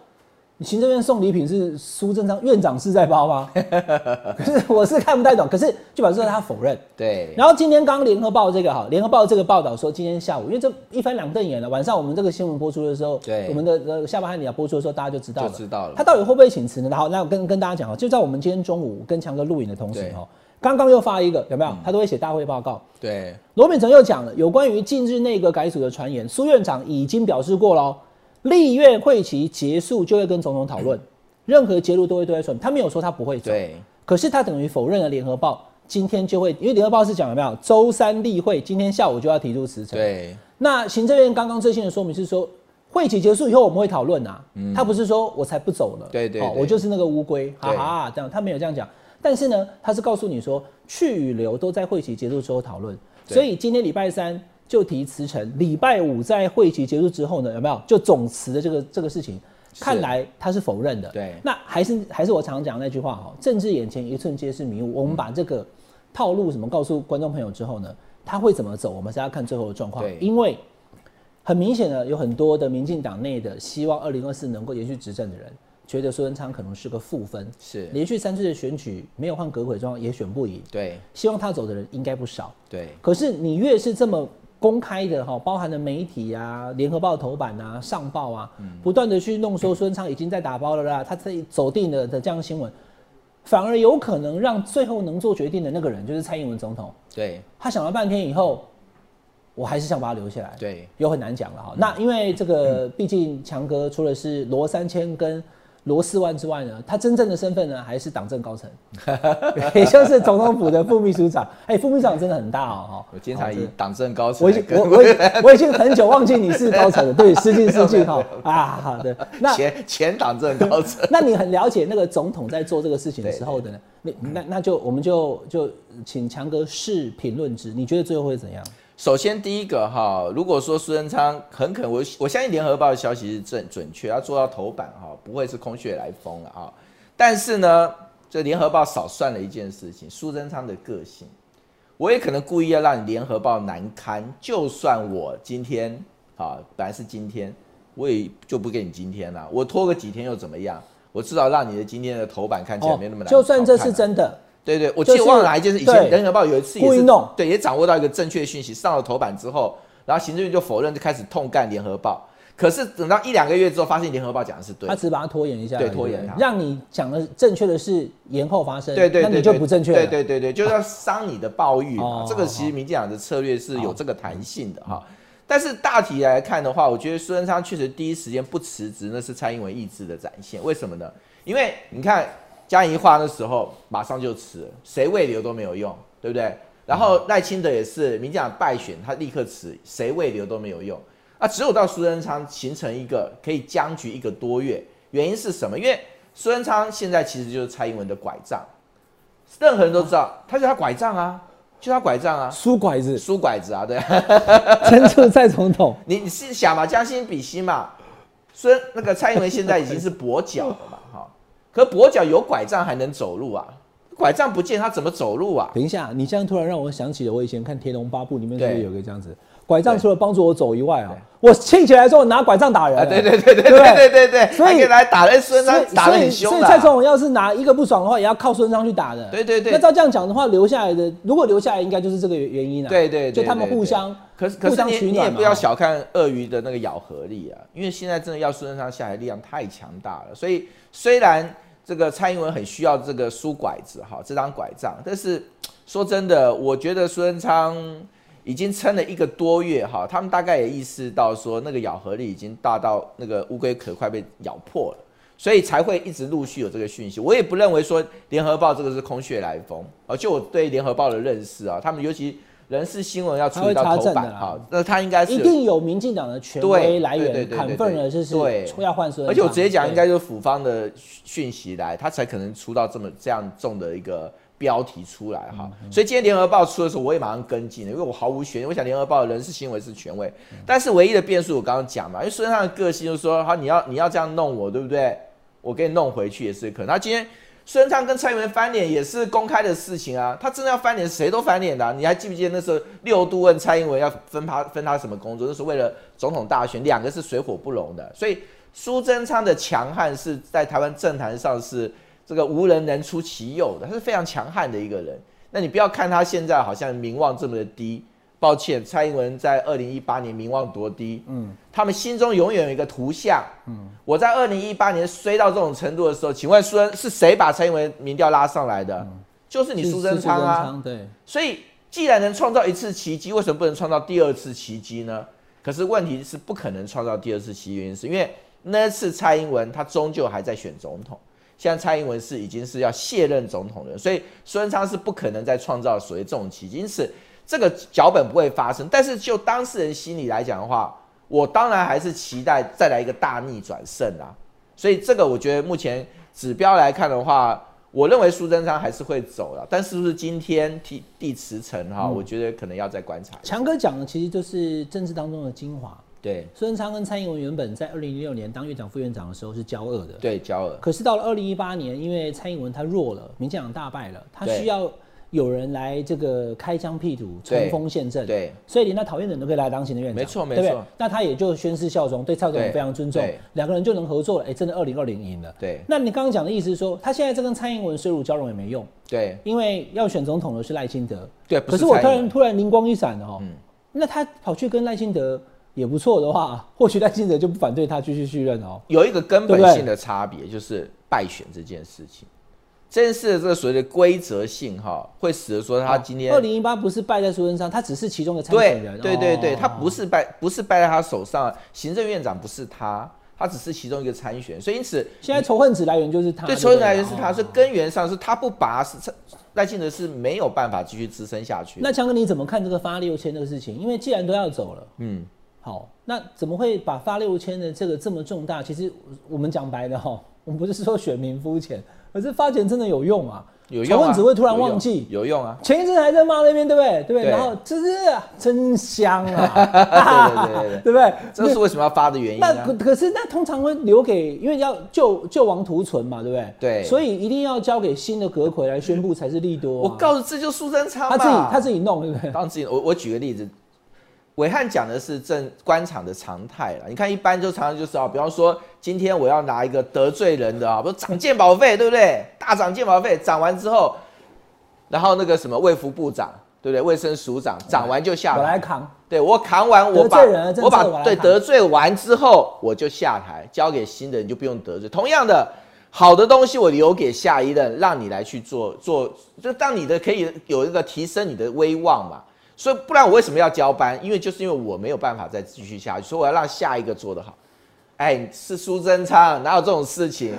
Speaker 1: 行政院送礼品是苏贞昌院长是在包吗？ 可是我是看不太懂，可是就表示他否认。
Speaker 3: 对，
Speaker 1: 然后今天刚联合报这个哈，联合报这个报道说，今天下午，因为这一翻两瞪眼了，晚上我们这个新闻播出的时候，
Speaker 3: 对
Speaker 1: 我们的呃下巴汉尼亚播出的时候，大家就知道了，
Speaker 3: 就知道了
Speaker 1: 他到底会不会请辞呢？好，那我跟跟大家讲哦，就在我们今天中午跟强哥录影的同时
Speaker 3: 对嗯
Speaker 1: 哦，刚刚又发一个，有没有？他都会写大会报告。
Speaker 3: 对，
Speaker 1: 罗秉成又讲了有关于近日内阁改组的传言，苏院长已经表示过了哦，立院会期结束就会跟总统讨论，任何结论都会对外说明。他没有说他不会走，
Speaker 3: 嗯对，
Speaker 1: 可是他等于否认了联合报今天就会，因为联合报是讲有没有周三例会，今天下午就要提出辞呈。
Speaker 3: 对，
Speaker 1: 那行政院刚刚最新的说明是说，会期结束以后我们会讨论啊，他不是说我才不走呢，
Speaker 3: 嗯对对
Speaker 1: 哦
Speaker 3: 对
Speaker 1: 我就是那个乌龟，哈
Speaker 3: 对
Speaker 1: 哈，这样他没有这样讲，但是呢，他是告诉你说去与留都在会期结束之后讨论，
Speaker 3: 对
Speaker 1: 所以今天礼拜三就提辞呈，礼拜五在会期结束之后呢，有没有就总辞的这个这个事情？看来他是否认的，
Speaker 3: 对
Speaker 1: 那还是还是我常讲的那句话哈，政治眼前一寸皆是迷雾。我们把这个套路什么告诉观众朋友之后呢，他会怎么走，我们是要看最后的状况
Speaker 3: 对，
Speaker 1: 因为很明显的有很多的民进党内的希望二零二四能够延续执政的人，觉得苏贞昌可能是个负分，
Speaker 3: 是，
Speaker 1: 连续三次的选举没有换阁揆状况也选不赢，
Speaker 3: 对，
Speaker 1: 希望他走的人应该不少。
Speaker 3: 对，
Speaker 1: 可是你越是这么公开的哈，包含了媒体啊、联合报头版啊、上报啊，不断的去弄说孙昌已经在打包了啦，他在走定了的这样的新闻，反而有可能让最后能做决定的那个人就是蔡英文总统，
Speaker 3: 对，
Speaker 1: 他想了半天以后，我还是想把他留下来。
Speaker 3: 对，
Speaker 1: 有很难讲了哈。
Speaker 3: 嗯
Speaker 1: 那因为这个，毕竟强哥除了是罗三千跟罗四万之外呢，他真正的身份呢还是党政高 层，也就是总统府的副秘书长。 哎、副秘书长真的很大哦。哈
Speaker 3: 我经常
Speaker 1: 好
Speaker 3: 以
Speaker 1: 这
Speaker 3: 党政高层
Speaker 1: 我已
Speaker 3: 来
Speaker 1: 经
Speaker 3: 跟
Speaker 1: 我我已我已经很久忘记你是高 层了，对，失敬失敬哈 啊，好的，那
Speaker 3: 前前党政高 层
Speaker 1: 那你很了解那个总统在做这个事情的时候的呢？你那那就我们就就请强哥试评论之，你觉得最后会怎样？
Speaker 3: 首先第一个哈，如果说苏贞昌很可能，我我相信联合报的消息是正准确，他做到头版哈，不会是空穴来风了啊。但是呢，这联合报少算了一件事情，苏贞昌的个性，我也可能故意要让你联合报难堪。就算我今天啊，本来是今天，我也就不给你今天了，我拖个几天又怎么样？我至少让你的今天的头版看起来没那么难、
Speaker 1: 哦就算这是
Speaker 3: 好看啊
Speaker 1: 真的，
Speaker 3: 对对，我
Speaker 1: 就是
Speaker 3: 记得忘了哪一件事，以前
Speaker 1: 对
Speaker 3: 人人报有一次也
Speaker 1: 故意
Speaker 3: 是
Speaker 1: 弄
Speaker 3: 对，也掌握到一个正确的讯息，上了头版之后，然后行政院就否认，就开始痛干联合报。可是等到一两个月之后，发现联合报讲的是对
Speaker 1: 他
Speaker 3: 的，
Speaker 1: 只是把它拖延一下而已，
Speaker 3: 对拖延它
Speaker 1: 让你讲的正确的是延后发生，
Speaker 3: 对对对，
Speaker 1: 那
Speaker 3: 对
Speaker 1: 你就不正确了。
Speaker 3: 对对对对，就是要伤你的报誉嘛
Speaker 1: 哦。
Speaker 3: 这个其实民进党的策略是有这个弹性的哈。但是大体来看的话，我觉得苏贞昌确实第一时间不辞职，那是蔡英文意志的展现。为什么呢？因为你看嘉怡化那时候马上就辞了，谁未留都没有用，对不对？然
Speaker 1: 嗯
Speaker 3: 后赖清德也是，民进党败选，他立刻辞，谁未留都没有用。啊，只有到苏贞昌形成一个可以僵局一个多月，原因是什么？因为苏贞昌现在其实就是蔡英文的拐杖，任何人都知道，他就是他拐杖啊，就是他拐杖 啊，
Speaker 1: 输拐 子，
Speaker 3: 输拐子啊，对。
Speaker 1: 陈楚蔡总统，
Speaker 3: 你你是想嘛，将心比心嘛。虽然那个蔡英文现在已经是跛脚了嘛， 哈，可跛脚有拐杖还能走路啊？拐杖不见他怎么走路啊？
Speaker 1: 等一下，你这样突然让我想起了我以前看《天龙八部》里面是不是
Speaker 3: 对
Speaker 1: 有一个这样子，拐杖除了帮助我走以外啊
Speaker 3: 对，
Speaker 1: 我气起来之后拿拐杖打人、
Speaker 3: 啊，对对对对对对对对，
Speaker 1: 所以
Speaker 3: 还可以来打人，孙
Speaker 1: 所
Speaker 3: 他
Speaker 1: 以
Speaker 3: 打得
Speaker 1: 所以
Speaker 3: 很
Speaker 1: 所
Speaker 3: 凶
Speaker 1: 以
Speaker 3: 的
Speaker 1: 蔡总
Speaker 3: 啊。
Speaker 1: 统要是拿一个不爽的话，也要靠孙昌去打的。
Speaker 3: 对对对
Speaker 1: 那照这样讲的话，留下来的如果留下来，应该就是这个原原因了、
Speaker 3: 对对
Speaker 1: 就
Speaker 3: 对
Speaker 1: 他们
Speaker 3: 对对
Speaker 1: 互相，
Speaker 3: 可是
Speaker 1: 互
Speaker 3: 可是
Speaker 1: 相
Speaker 3: 你
Speaker 1: 取
Speaker 3: 你也
Speaker 1: 暖嘛。
Speaker 3: 不要小看鳄鱼的那个咬合力啊，因为现在真的要孙中山下来力量太强大了，所以虽然这个蔡英文很需要这个输拐子哈，这张拐杖，但是说真的，我觉得苏贞昌已经撑了一个多月哈，他们大概也意识到说那个咬合力已经大到那个乌龟壳快被咬破了，所以才会一直陆续有这个讯息。我也不认为说联合报这个是空穴来风，而就我对联合报的认识啊，他们尤其人事新闻要处理到
Speaker 1: 他会查
Speaker 3: 头
Speaker 1: 证
Speaker 3: 版
Speaker 1: 的啦
Speaker 3: 哈，那他应该是
Speaker 1: 一
Speaker 3: 有
Speaker 1: 定有民进党的权威
Speaker 3: 对
Speaker 1: 来
Speaker 3: 对
Speaker 1: 源
Speaker 3: 对对
Speaker 1: 砍
Speaker 3: 对
Speaker 1: 份
Speaker 3: 对
Speaker 1: 了，就是
Speaker 3: 对
Speaker 1: 要换孙昌。
Speaker 3: 而且我直接讲，
Speaker 1: 对
Speaker 3: 应该就是府方的讯息来，他才可能出到这么这样重的一个标题出来哈。所以今天联合报出的时候，我也马上跟进了，因为我毫无悬念。我想联合报的人事新闻是权威，但是唯一的变数我刚刚讲嘛，因为孙尚的个性就是说，好，你要你要这样弄我，对不对？我给你弄回去也是可能。他今天孙昌跟蔡英文翻脸也是公开的事情啊，他真的要翻脸，谁都翻脸的啊、你还记不记得那时候六度问蔡英文要分他分他什么工作？就是为了总统大选，两个是水火不容的。所以苏贞昌的强悍是在台湾政坛上是这个无人能出其右的，他是非常强悍的一个人。那你不要看他现在好像名望这么的低，抱歉，蔡英文在二零一八年名望多低，嗯，他们心中永远有一个图像，嗯，我在二零一八年衰到这种程度的时候，请问说是谁把蔡英文民调拉上来的？嗯就是你
Speaker 1: 是
Speaker 3: 苏
Speaker 1: 是
Speaker 3: 贞昌啊，
Speaker 1: 昌对，
Speaker 3: 所以既然能创造一次奇迹，为什么不能创造第二次奇迹呢？可是问题是不可能创造第二次奇迹，原因是因为那次蔡英文她终究还在选总统，现在蔡英文是已经是要卸任总统的人，所以苏贞昌是不可能再创造所谓这种奇迹，因此这个脚本不会发生。但是就当事人心里来讲的话，我当然还是期待再来一个大逆转胜啊。所以这个我觉得目前指标来看的话，我认为苏贞昌还是会走了，但是不是今天地地驰骋哈，我觉得可能要再观察一下。
Speaker 1: 强哥讲的其实就是政治当中的精华。
Speaker 3: 对
Speaker 1: 苏贞昌跟蔡英文原本在二零零六年当院长、副院长的时候是交恶的，
Speaker 3: 对，焦耳
Speaker 1: 可是到了二零一八年，因为蔡英文他弱了，民进党大败了，他
Speaker 3: 对
Speaker 1: 需要有人来这个开疆辟土、
Speaker 3: 对
Speaker 1: 冲锋陷阵。
Speaker 3: 对
Speaker 1: 所以连他讨厌的人都可以来当行的院长，
Speaker 3: 没错没
Speaker 1: 对不对
Speaker 3: 错
Speaker 1: 那他也就宣誓效忠，对蔡总统
Speaker 3: 对
Speaker 1: 非常尊重
Speaker 3: 对，
Speaker 1: 两个人就能合作了。哎，真的二零二零赢了。
Speaker 3: 对
Speaker 1: 那你刚刚讲的意思是说，他现在这跟蔡英文水乳交融也没用，
Speaker 3: 对
Speaker 1: 因为要选总统的是赖清德。
Speaker 3: 对，不
Speaker 1: 可
Speaker 3: 是
Speaker 1: 是我
Speaker 3: 蔡
Speaker 1: 突
Speaker 3: 英
Speaker 1: 然
Speaker 3: 文
Speaker 1: 突然灵光一闪哦，
Speaker 3: 嗯
Speaker 1: 那他跑去跟赖清德也不错的话， 或许赖清德就不反对他继续续任哦。
Speaker 3: 有一个根
Speaker 1: 对不
Speaker 3: 本
Speaker 1: 对
Speaker 3: 性的差别，就是败选这件事情，这件事的这个所谓的规则性哈，会使得说他今天
Speaker 1: 哦二零一八不是败在苏贞昌，他只是其中的参
Speaker 3: 对
Speaker 1: 选人。
Speaker 3: 对对对，
Speaker 1: 哦
Speaker 3: 他不是败不是败在他手上，行政院长不是他，他只是其中一个参选，所以因此
Speaker 1: 现在仇恨值来源就是他。
Speaker 3: 对，
Speaker 1: 不
Speaker 3: 仇恨来源是他，
Speaker 1: 哦
Speaker 3: 所以根源上是他不拔，是是赖清德是没有办法继续支撑下去。
Speaker 1: 那强哥你怎么看这个发六千这个事情？因为既然都要走了，
Speaker 3: 嗯，
Speaker 1: 好，那怎么会把发六千的这个这么重大？其实我们讲白的哈，我们不是说选民肤浅，而是发钱真的有用啊。
Speaker 3: 有用、
Speaker 1: 仇
Speaker 3: 啊，
Speaker 1: 恨只会突然
Speaker 3: 有用
Speaker 1: 忘记。。
Speaker 3: 有用啊
Speaker 1: 前一阵还在骂那边，对不对？对不对？
Speaker 3: 对
Speaker 1: 然后这是真香啊，
Speaker 3: 对 对对对对，
Speaker 1: 对不对？
Speaker 3: 这是为什么要发的原因
Speaker 1: 那可
Speaker 3: 啊？
Speaker 1: 可是那通常会留给，因为要救救亡图存嘛，对不对？
Speaker 3: 对
Speaker 1: 所以一定要交给新的阁魁来宣布才是利多啊、
Speaker 3: 我告诉这就是苏贞昌
Speaker 1: 他啊
Speaker 3: 嘛，
Speaker 1: 自己他自己弄，对不对？
Speaker 3: 当然自己，我我举个例子，伟汉讲的是正官场的常态啦。你看，一般就常常就是啊，比方说今天我要拿一个得罪人的啊，比如涨健保费，对不对？大涨健保费，涨完之后，然后那个什么卫福部长，对不对？卫生署长涨完就下
Speaker 1: 我来
Speaker 3: 来，
Speaker 1: 扛。
Speaker 3: 对我扛完，我把
Speaker 1: 得罪人的政策
Speaker 3: 我把
Speaker 1: 我来扛
Speaker 3: 对得罪完之后，我就下台，交给新的人就不用得罪。同样的，好的东西我留给下一任，让你来去做做，就让你的可以有一个提升你的威望嘛。所以不然我为什么要交班？因为就是因为我没有办法再继续下去，所以我要让下一个做得好。哎，是苏贞昌，哪有这种事情，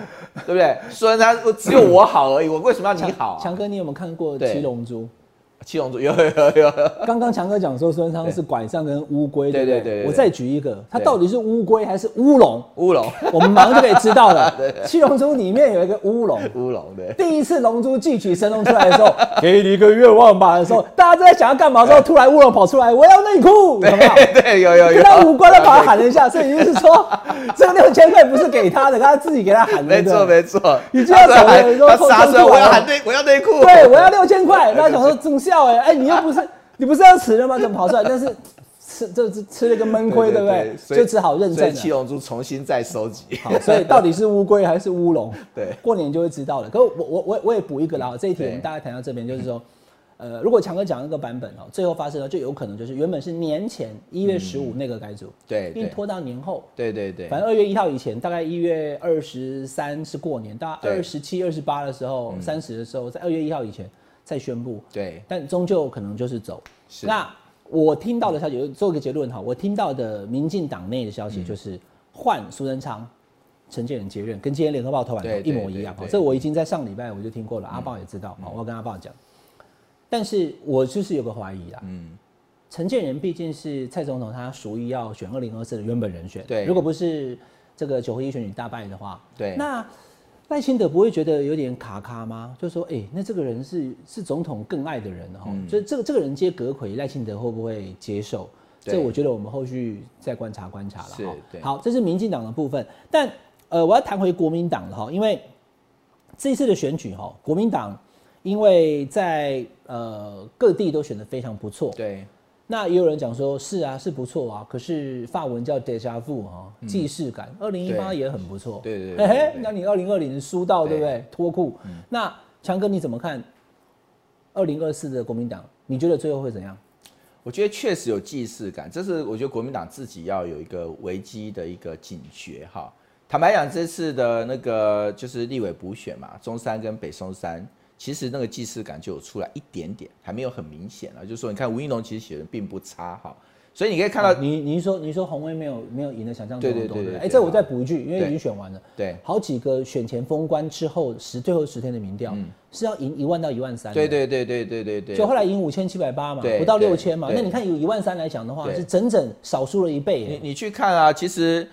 Speaker 3: 对不对？苏贞昌只有我好而已，我为什么要你好啊？
Speaker 1: 强哥，你有没有看过《
Speaker 3: 对
Speaker 1: 七龙珠》？
Speaker 3: 七龙珠有有有有，
Speaker 1: 刚刚强哥讲说孙昌
Speaker 3: 对
Speaker 1: 是拐杖跟乌龟，对不
Speaker 3: 对对对对
Speaker 1: 我再举一个，他
Speaker 3: 对
Speaker 1: 到底是乌龟还是乌龙？
Speaker 3: 乌龙
Speaker 1: 我们马上就可以知道 了。七龙珠里面有一个乌龙，
Speaker 3: 乌龙对。
Speaker 1: 第一次龙珠汲取神龙出来的时候， 给你一个愿望吧的时候，大家都在想要干嘛的时候，突然乌龙跑出来，我要内裤，有没有？
Speaker 3: 对，有有
Speaker 1: 跟
Speaker 3: 有。
Speaker 1: 他无关，他把他喊了一下，所以就是说，这个六千块不是给他的，他自己给他喊的。
Speaker 3: 没错
Speaker 1: 对
Speaker 3: 没错，
Speaker 1: 你就要找人说
Speaker 3: 他杀
Speaker 1: 偷偷
Speaker 3: 出
Speaker 1: 出来
Speaker 3: 来，我要
Speaker 1: 了
Speaker 3: 喊内，我要内裤。
Speaker 1: 不对，对我要六千块。那 想说真笑哎，哎，你又不是你不是要吃了吗？怎么跑出来？但是吃这是吃了个闷亏，对不对？
Speaker 3: 所以
Speaker 1: 就只好认
Speaker 3: 所以
Speaker 1: 证
Speaker 3: 七
Speaker 1: 了。
Speaker 3: 龙珠重新再收集。
Speaker 1: 好， 所以到底是乌龟还是乌龙？
Speaker 3: 对嗯
Speaker 1: 过年就会知道了。可我我我我也补一个啦，这一题我们
Speaker 3: 对
Speaker 1: 大概谈到这边，就是说， 呃，如果强哥讲那个版本哦，最后发生了，就有可能就是原本是年前一月十五那个改组，
Speaker 3: 嗯对
Speaker 1: 因为
Speaker 3: 对
Speaker 1: 拖到年后，
Speaker 3: 对对对，
Speaker 1: 反正二月一号以前，大概一月二十三是过年，大概二
Speaker 3: 对
Speaker 1: 十七、二十八的时候，
Speaker 3: 嗯
Speaker 1: 三十的时候，在二月一号以前再宣布，
Speaker 3: 对
Speaker 1: 但终究可能就是走。
Speaker 3: 是
Speaker 1: 那我听到的消息，做个结论哈，我听到的民进党内的消息
Speaker 3: 嗯
Speaker 1: 就是换苏贞昌。陈建仁接任，跟今天联合报头版头
Speaker 3: 对
Speaker 1: 一模
Speaker 3: 对
Speaker 1: 一
Speaker 3: 对
Speaker 1: 样哈
Speaker 3: 对，嗯
Speaker 1: 这我已经在上礼拜我就听过了，阿豹也知道，好，我跟阿豹讲，但是我就是有个怀疑啦，
Speaker 3: 嗯
Speaker 1: 陈建仁毕竟是蔡总统他属于要选二零二四的原本人选，
Speaker 3: 对
Speaker 1: 如果不是这个九合一选举大败的话，
Speaker 3: 对
Speaker 1: 那赖清德不会觉得有点卡卡吗？就说，哎、那这个人是是总统更爱的人哈、哦
Speaker 3: 嗯
Speaker 1: 所以这个这个人接阁魁，赖清德会不会接受？
Speaker 3: 对
Speaker 1: 这我觉得我们后续再观察观察了哈
Speaker 3: 是对
Speaker 1: 好，这是民进党的部分，但呃，我要谈回国民党了哈，因为这一次的选举哈，国民党因为在呃各地都选得非常不错，
Speaker 3: 对
Speaker 1: 那也有人讲说，是啊，是不错啊，可是法文叫 deja vu 啊、既视感。二零一八
Speaker 3: 嗯对
Speaker 1: 也很不错，
Speaker 3: 对对对
Speaker 1: 嘿嘿
Speaker 3: 对对
Speaker 1: 那你二零二零输到对
Speaker 3: 对嗯
Speaker 1: 不对？脱裤。那强哥你怎么看？二零二四的国民党，你觉得最后会怎样？
Speaker 3: 我觉得确实有既视感，这是我觉得国民党自己要有一个危机的一个警觉哈。坦白讲，这次的那个就是立委补选嘛，中山跟北松山，其实那个既视感就有出来一点点，还没有很明显啊。就是说，你看吴一农其实写的并不差哈，所以你可以看到，
Speaker 1: 啊你你说你说红威没有没有赢的想象中
Speaker 3: 对
Speaker 1: 的
Speaker 3: 对
Speaker 1: 多
Speaker 3: 对
Speaker 1: 对不
Speaker 3: 对
Speaker 1: 哎，
Speaker 3: 对
Speaker 1: 这我再补一句，因为已
Speaker 3: 对
Speaker 1: 经选完了。
Speaker 3: 对
Speaker 1: 好几个选前封关之后十最后十天的民调、是要赢一万到一万三。
Speaker 3: 嗯对。对对对对对对，
Speaker 1: 就后来赢五千七百八嘛，
Speaker 3: 对
Speaker 1: 不到六千嘛。
Speaker 3: 对
Speaker 1: 那
Speaker 3: 对
Speaker 1: 你看有一万三来讲的话，
Speaker 3: 对
Speaker 1: 是整整少输了一倍
Speaker 3: 你
Speaker 1: 耶。
Speaker 3: 你去看啊，其实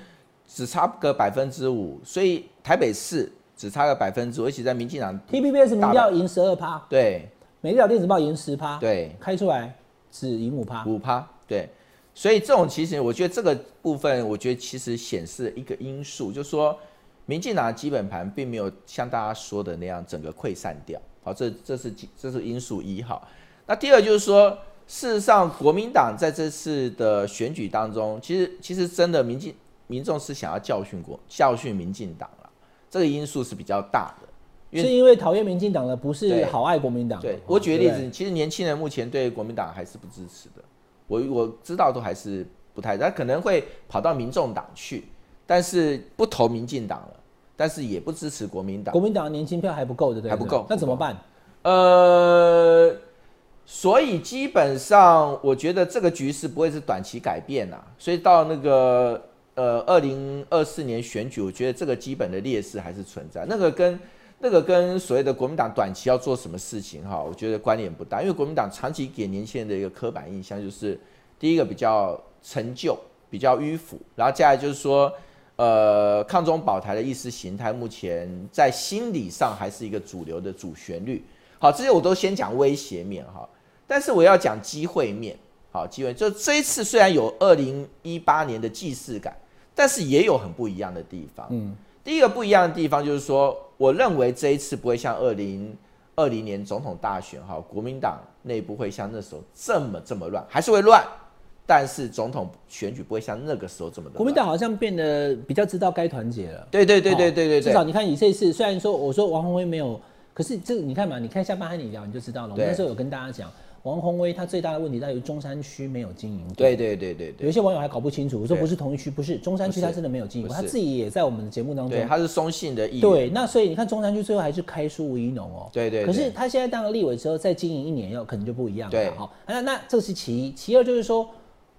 Speaker 3: 只差个百分之五，所以台北市只差个百分之五，而且在民进党
Speaker 1: TPBS 民
Speaker 3: 大
Speaker 1: 调赢十二趴，
Speaker 3: 对
Speaker 1: 美调电子报赢十趴，
Speaker 3: 对
Speaker 1: 开出来只赢五趴。
Speaker 3: 五趴对，所以这种其实我觉得这个部分，我觉得其实显示一个因素，就是说民进党的基本盘并没有像大家说的那样整个溃散掉，好，这这是基这是因素一哈。那第二就是说，事实上国民党在这次的选举当中，其实其实真的民进民众是想要教训国教训民进党了，这个因素是比较大的。因为
Speaker 1: 是因为讨厌民进党的，不是
Speaker 3: 对
Speaker 1: 好爱国民党。
Speaker 3: 对，我举个例
Speaker 1: 对
Speaker 3: 子，其实年轻人目前对国民党还是不支持的，我我知道都还是不太，他可能会跑到民众党去，但是不投民进党了，但是也不支持国民党
Speaker 1: 国。民党的年轻票还不够，对不对？
Speaker 3: 还不够
Speaker 1: 那怎么办？
Speaker 3: 呃，所以基本上我觉得这个局势不会是短期改变呐、所以到那个呃二零二四年选举，我觉得这个基本的劣势还是存在。那个跟那个跟所谓的国民党短期要做什么事情哈，我觉得关联不大，因为国民党长期给年轻人的一个刻板印象就是，第一个比较陈旧，比较迂腐，然后接下来就是说。呃，抗中保台的意识形态目前在心理上还是一个主流的主旋律。好，这些我都先讲威胁面哈，但是我要讲机会面。好，机会就这一次虽然有二零一八年的既视感，但是也有很不一样的地方。嗯，第一个不一样的地方就是说，我认为这一次不会像二零二零年总统大选哈，国民党内部会像那时候这么这么乱，还是会乱，但是总统选举不会像那个时候这么的乱。
Speaker 1: 国民党好像变得比较知道该团结了。
Speaker 3: 对对对对对对对，
Speaker 1: 哦至少你看你这次，虽然说我说王宏威没有，可是这个你看嘛，你看下班和你聊你就知道了。我
Speaker 3: 对
Speaker 1: 那时候有跟大家讲，王宏威他最大的问题在于中山区没有经营。
Speaker 3: 对对对对
Speaker 1: 有一
Speaker 3: 对，
Speaker 1: 些网友还搞不清楚，我说
Speaker 3: 对
Speaker 1: 不是同一区，不是中山区，
Speaker 3: 不
Speaker 1: 他
Speaker 3: 是
Speaker 1: 真的没有经营过，
Speaker 3: 不
Speaker 1: 他
Speaker 3: 是
Speaker 1: 自己也在我们的节目当中
Speaker 3: 对，他是松信的议员，
Speaker 1: 对，那所以你看中山区最后还是开输吴怡农哦。
Speaker 3: 对对对
Speaker 1: 可是他现在当了立委之后，再经营一年要可能就不一样了。
Speaker 3: 对
Speaker 1: 好，那那这是其一，其二就是说，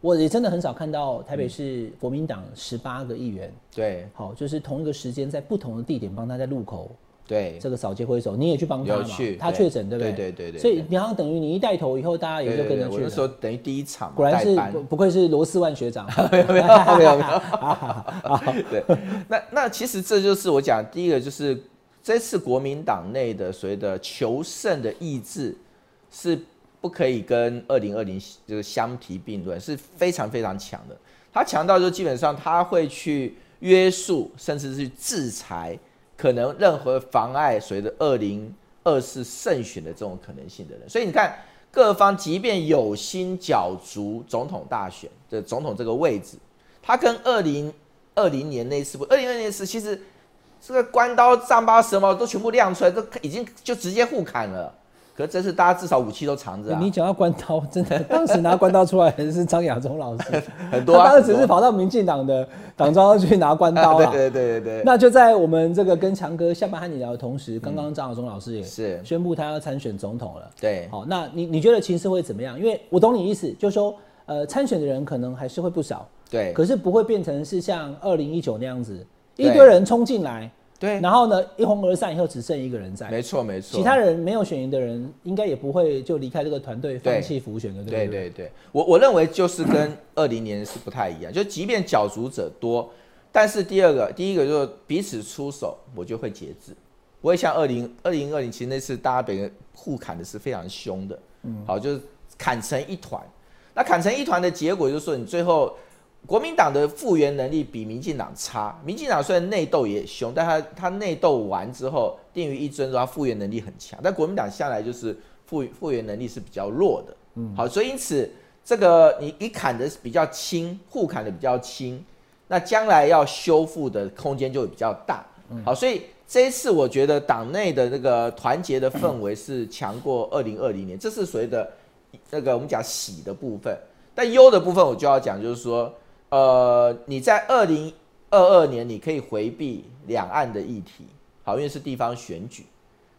Speaker 1: 我也真的很少看到台
Speaker 3: 嗯
Speaker 1: 北市国民党十八个议员，
Speaker 3: 对
Speaker 1: 好，就是同一个时间在不同的地点帮他在路口
Speaker 3: 对
Speaker 1: 这个扫街挥手，你也去帮他
Speaker 3: 有
Speaker 1: 嘛
Speaker 3: 去，
Speaker 1: 他
Speaker 3: 对
Speaker 1: 确诊对不对？
Speaker 3: 对对对对
Speaker 1: 所以你好像等于你一带头以后，大家也
Speaker 3: 对
Speaker 1: 就
Speaker 3: 对
Speaker 1: 跟
Speaker 3: 对，
Speaker 1: 着
Speaker 3: 我
Speaker 1: 去
Speaker 3: 那时
Speaker 1: 了。
Speaker 3: 候等于第一场
Speaker 1: 果然
Speaker 3: 代
Speaker 1: 是
Speaker 3: 班
Speaker 1: 不不愧是罗斯万学长，
Speaker 3: 没有没有没有没有，
Speaker 1: 哦
Speaker 3: 对，那那其实这就是我讲第一个，就是这次国民党内的所谓的求胜的意志是不可以跟二零二零这个相提并论，是非常非常强的。他强到就基本上他会去约束，甚至是制裁可能任何妨碍所谓的二零二四胜选的这种可能性的人。所以你看，各方即便有心角逐总统大选的总统这个位置，他跟二零二零年那一次不，二零二零次其实这个关刀、丈八、蛇矛都全部亮出来，都已经就直接互砍了。 可是这次大家至少武器都藏着啊
Speaker 1: 你，讲到关刀，真的，当时拿关刀出来的是张亚中老师，
Speaker 3: 很多啊
Speaker 1: 他当时只
Speaker 3: 很
Speaker 1: 是
Speaker 3: 多
Speaker 1: 跑
Speaker 3: 啊
Speaker 1: 到民进党的党章去拿关刀了。
Speaker 3: 对对对对对，
Speaker 1: 那就在我们这个跟强哥下班和你聊的同时，刚刚张晓忠老师也
Speaker 3: 嗯是
Speaker 1: 宣布他要参选总统了。
Speaker 3: 对
Speaker 1: 好，那你你觉得情势会怎么样？因为我懂你意思，就是说，呃，参选的人可能还是会不少，
Speaker 3: 对
Speaker 1: 可是不会变成是像二零一九那样子，
Speaker 3: 对
Speaker 1: 一堆人冲进来，
Speaker 3: 对，
Speaker 1: 然后呢一哄而散以后只剩一个人在。
Speaker 3: 没错没错，
Speaker 1: 其他人没有选赢的人，应该也不会就离开这个团队放弃浮选的，对不
Speaker 3: 对
Speaker 1: 对？
Speaker 3: 对对，我我认为就是跟二零年是不太一样，就即便角逐者多，但是第二个，第一个就是彼此出手，我就会节制，不会像二零二零二零，其实那次大家被人互砍的是非常凶的，嗯，好，就是砍成一团。那砍成一团的结果就是说，你最后国民党的复原能力比民进党差。民进党虽然内斗也凶，但他他内斗完之后，定于一尊说他复原能力很强，但国民党向来就是复复原能力是比较弱的。嗯，好，所以因此这个你你砍的比较轻，互砍的比较轻，那将来要修复的空间就会比较大。好，所以这一次我觉得党内的那个团结的氛围是强过二零二零年，这是所谓的那个我们讲喜的部分。但忧的部分我就要讲，就是说，呃，你在二零二二年你可以回避两岸的议题，好，因为是地方选举。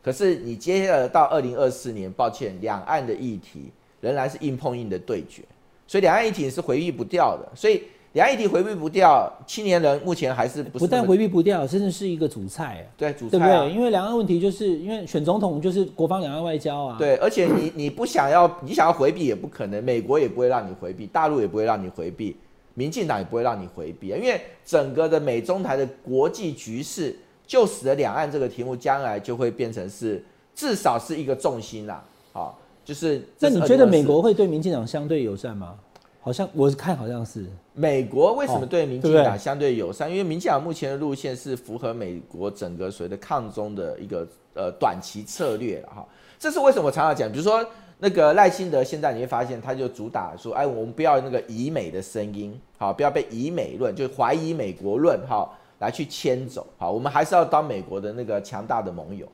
Speaker 3: 可是你接下来到二零二四年，抱歉，两岸的议题仍然是硬碰硬的对决，所以两岸议题是回避不掉的。所以两岸议题回避不掉，青年人目前还是不是
Speaker 1: 不但
Speaker 3: 那么
Speaker 1: 回避不掉，甚至是一个主菜、
Speaker 3: 对主
Speaker 1: 对不
Speaker 3: 菜啊、
Speaker 1: 对？因为两岸问题就是因为选总统就是国防两岸外交啊，，
Speaker 3: 对，而且你你不想要，你想要回避也不可能，美国也不会让你回避，大陆也不会让你回避，民进党也不会让你回避，啊因为整个的美中台的国际局势，就使得两岸这个题目将来就会变成是至少是一个重心啦。好，就是
Speaker 1: 那
Speaker 3: 这是
Speaker 1: 你觉得
Speaker 3: 2024
Speaker 1: 美国会对民进党相对友善吗？好像我看好像是，
Speaker 3: 美国为什么对民进
Speaker 1: 哦对不
Speaker 3: 党
Speaker 1: 对
Speaker 3: 相对友善？因为民进党目前的路线是符合美国整个所谓的抗中的一个呃短期策略了哈。这是为什么我常常讲，比如说那个赖清德现在你会发现，他就主打说，哎，我们不要那个以美的声音，好，不要被以美论，就怀疑美国论哈来去牵走，好，我们还是要当美国的那个强大的盟友。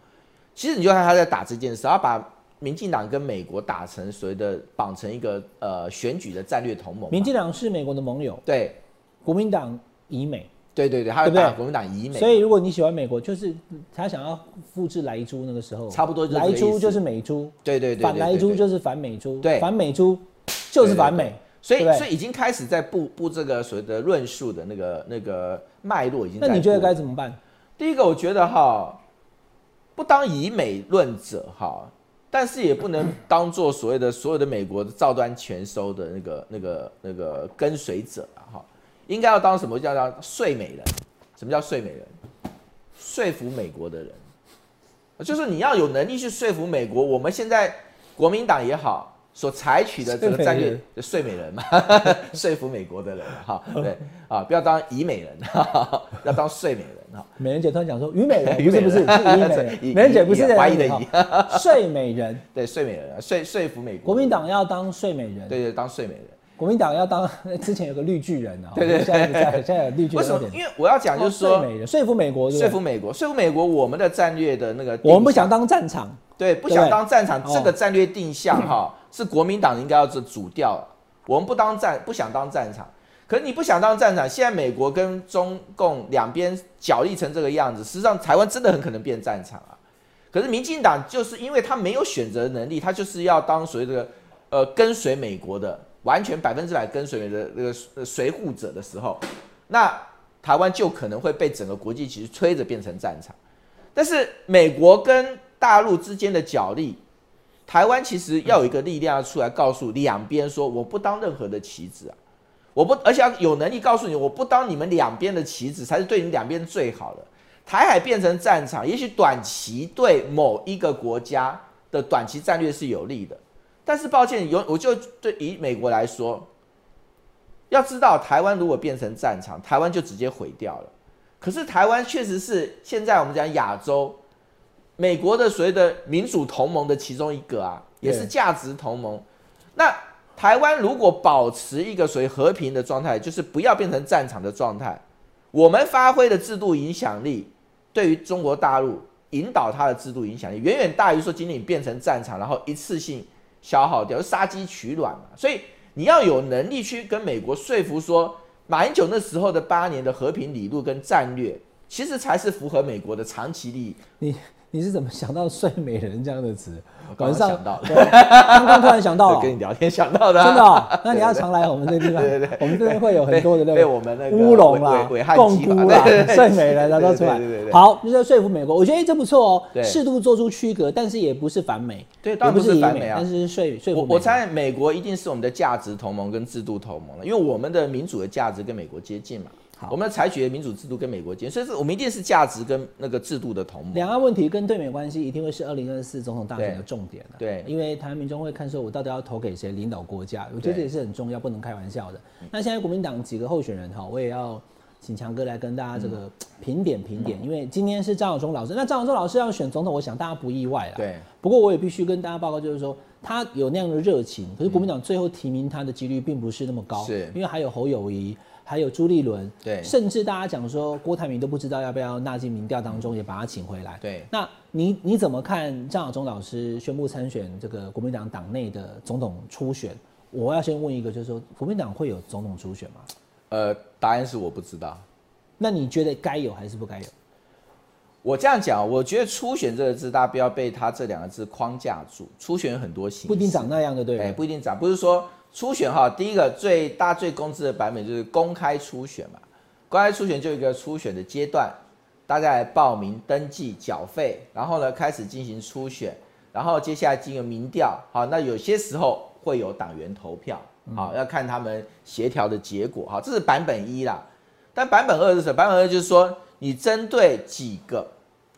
Speaker 3: 其实你就看他在打这件事，他把民进党跟美国打成所谓的绑成一个呃选举的战略同盟嘛，
Speaker 1: 民进党是美国的盟友，
Speaker 3: 对。
Speaker 1: 国民党以美，
Speaker 3: 对对对，他
Speaker 1: 对不对
Speaker 3: 打国民党以美，
Speaker 1: 所以如果你喜欢美国，就是他想要复制莱猪那个时候，
Speaker 3: 差不多就是这
Speaker 1: 莱
Speaker 3: 个意
Speaker 1: 猪
Speaker 3: 思
Speaker 1: 就是美猪，
Speaker 3: 对对对对
Speaker 1: 反莱猪就是是反美猪，
Speaker 3: 对
Speaker 1: 反美猪就是反美，
Speaker 3: 所以
Speaker 1: 对不对
Speaker 3: 所以已经开始在布布这个所谓的论述的那个那个脉络已经在
Speaker 1: 那
Speaker 3: 布。
Speaker 1: 你觉得该怎么办？
Speaker 3: 第一个，我觉得哈，不当以美论者哈，但是也不能当做所谓的所有的美国的照单全收的那个那个那个跟随者啊哈，应该要当什么叫叫睡美人？什么叫睡美人？说服美国的人，就是你要有能力去说服美国。我们现在国民党也好，所采取的这个战略，睡美人嘛， 说服美国的人哈，对啊，不要当以美人， 哈哈要当睡美人哈。
Speaker 1: 美人姐突然讲说虞美人，
Speaker 3: 虞
Speaker 1: 不
Speaker 3: 美
Speaker 1: 是
Speaker 3: 人
Speaker 1: 不是是虞美人，
Speaker 3: 以
Speaker 1: 美人姐不
Speaker 3: 以
Speaker 1: 是
Speaker 3: 怀疑的疑
Speaker 1: 疑，睡美人，
Speaker 3: 对，睡美人啊，说说服美国
Speaker 1: 国民党要当睡美人，
Speaker 3: 对对，当睡美人。
Speaker 1: 国民党要当 之前有个绿巨人啊，对对，现在不在，现在有绿巨
Speaker 3: 为
Speaker 1: 人
Speaker 3: 什
Speaker 1: 有
Speaker 3: 么？
Speaker 1: 点哦
Speaker 3: 因为我要讲就是说
Speaker 1: 睡，美人说服美国，对不
Speaker 3: 说
Speaker 1: 对
Speaker 3: 服美国，说服美国，我们的战略的那个定向，
Speaker 1: 我们不想当战场，
Speaker 3: 对，不
Speaker 1: 对
Speaker 3: 想当战场，
Speaker 1: 哦
Speaker 3: 这个战略定向 哈、是国民党应该要主主调，我们不当战，不想当战场。可是你不想当战场，现在美国跟中共两边角力成这个样子，实际上台湾真的很可能变战场啊。可是民进党就是因为他没有选择能力，他就是要当所谓的呃跟随美国的，完全百分之百跟随的那个呃随护者的时候，那台湾就可能会被整个国际局势吹着变成战场。但是美国跟大陆之间的角力，台湾其实要有一个力量出来告诉两边说，我不当任何的棋子啊，我不，而且要有能力告诉你，我不当你们两边的棋子才是对你们两边最好的。台海变成战场，也许短期对某一个国家的短期战略是有利的，但是抱歉，有我就对以美国来说，要知道台湾如果变成战场，台湾就直接毁掉了。可是台湾确实是现在我们讲亚洲，美国的所谓的民主同盟的其中一个啊，也是
Speaker 1: 对
Speaker 3: 价值同盟。那台湾如果保持一个所谓和平的状态，就是不要变成战场的状态，我们发挥的制度影响力，对于中国大陆引导它的制度影响力，远远大于说仅仅变成战场，然后一次性消耗掉，就杀鸡取卵嘛。所以你要有能力去跟美国说服说，马英九那时候的八年的和平理路跟战略，其实才是符合美国的长期利益。
Speaker 1: 你你是怎么想到“睡美人”这样的词？
Speaker 3: 我刚
Speaker 1: 晚上
Speaker 3: 刚想到的
Speaker 1: 对刚刚突然想到
Speaker 3: 这
Speaker 1: 了，哦
Speaker 3: 跟
Speaker 1: 真
Speaker 3: 你聊天想到的啊、
Speaker 1: 的哦、那你要常来我们这地方，
Speaker 3: 对对对
Speaker 1: 我们这边会有很多的那
Speaker 3: 被被
Speaker 1: 个
Speaker 3: 我们那个
Speaker 1: 乌龙啦
Speaker 3: 伪伪伪、汉
Speaker 1: 共
Speaker 3: 计划
Speaker 1: 辜啦
Speaker 3: 对对、对
Speaker 1: 睡美人啊都出来
Speaker 3: 对对对对。对
Speaker 1: 好，就是要说服美国，我觉得哎这不错哦、
Speaker 3: 对
Speaker 1: 适度做出区隔，但是也不是反美，
Speaker 3: 对当
Speaker 1: 也
Speaker 3: 然
Speaker 1: 不
Speaker 3: 不是
Speaker 1: 以
Speaker 3: 反
Speaker 1: 美，
Speaker 3: 美啊
Speaker 1: 但是是说说服
Speaker 3: 我
Speaker 1: 美
Speaker 3: 我猜美国一定是我们的价值同盟跟制度同盟了，因为我们的民主的价值跟美国接近嘛
Speaker 1: 好，
Speaker 3: 我们采取的民主制度跟美国接近，所以是我们一定是价值跟那个制度的同盟。
Speaker 1: 两岸问题跟对美关系一定会是二零二四总统大选的
Speaker 3: 对
Speaker 1: 重点了、
Speaker 3: 对
Speaker 1: 因为台湾民众会看说，我到底要投给谁领导国家，我觉得这
Speaker 3: 对嗯
Speaker 1: 也是很重要，不能开玩笑的。那现在国民党几个候选人哈，我也要请强哥来跟大家这
Speaker 3: 嗯
Speaker 1: 个评点评点，因为今天是张晓忠老师，那张晓忠老师要选总统，我想大家不意外啦。
Speaker 3: 对，
Speaker 1: 不过我也必须跟大家报告，就是说他有那样的热情，可是国民党最后提名他的几率并不是那么高，
Speaker 3: 是
Speaker 1: 因为还有侯友谊，还有朱立伦，
Speaker 3: 对
Speaker 1: 甚至大家讲说郭台铭都不知道要不要纳进民调当中，也把他请回来。
Speaker 3: 对
Speaker 1: 那你你怎么看张晓忠老师宣布参选这个国民党党内的总统初选？我要先问一个，就是说国民党会有总统初选吗？
Speaker 3: 呃，答案是我不知道。
Speaker 1: 那你觉得该有还是不该有？
Speaker 3: 我这样讲，我觉得初选这个字，大家不要被它这两个字框架住。初选有很多形式，
Speaker 1: 不一定长那样的，对
Speaker 3: 哎、
Speaker 1: 了。
Speaker 3: 不一定涨，不是说初选哈，第一个最大最公知的版本就是公开初选嘛，公开初选就有一个初选的阶段，大家来报名、登记、缴费，然后呢开始进行初选，然后接下来进行民调，好，那有些时候会有党员投票，
Speaker 1: 嗯
Speaker 3: 好，要看他们协调的结果，好，这是版本一啦，但版本二是什么？版本二就是说你针对几个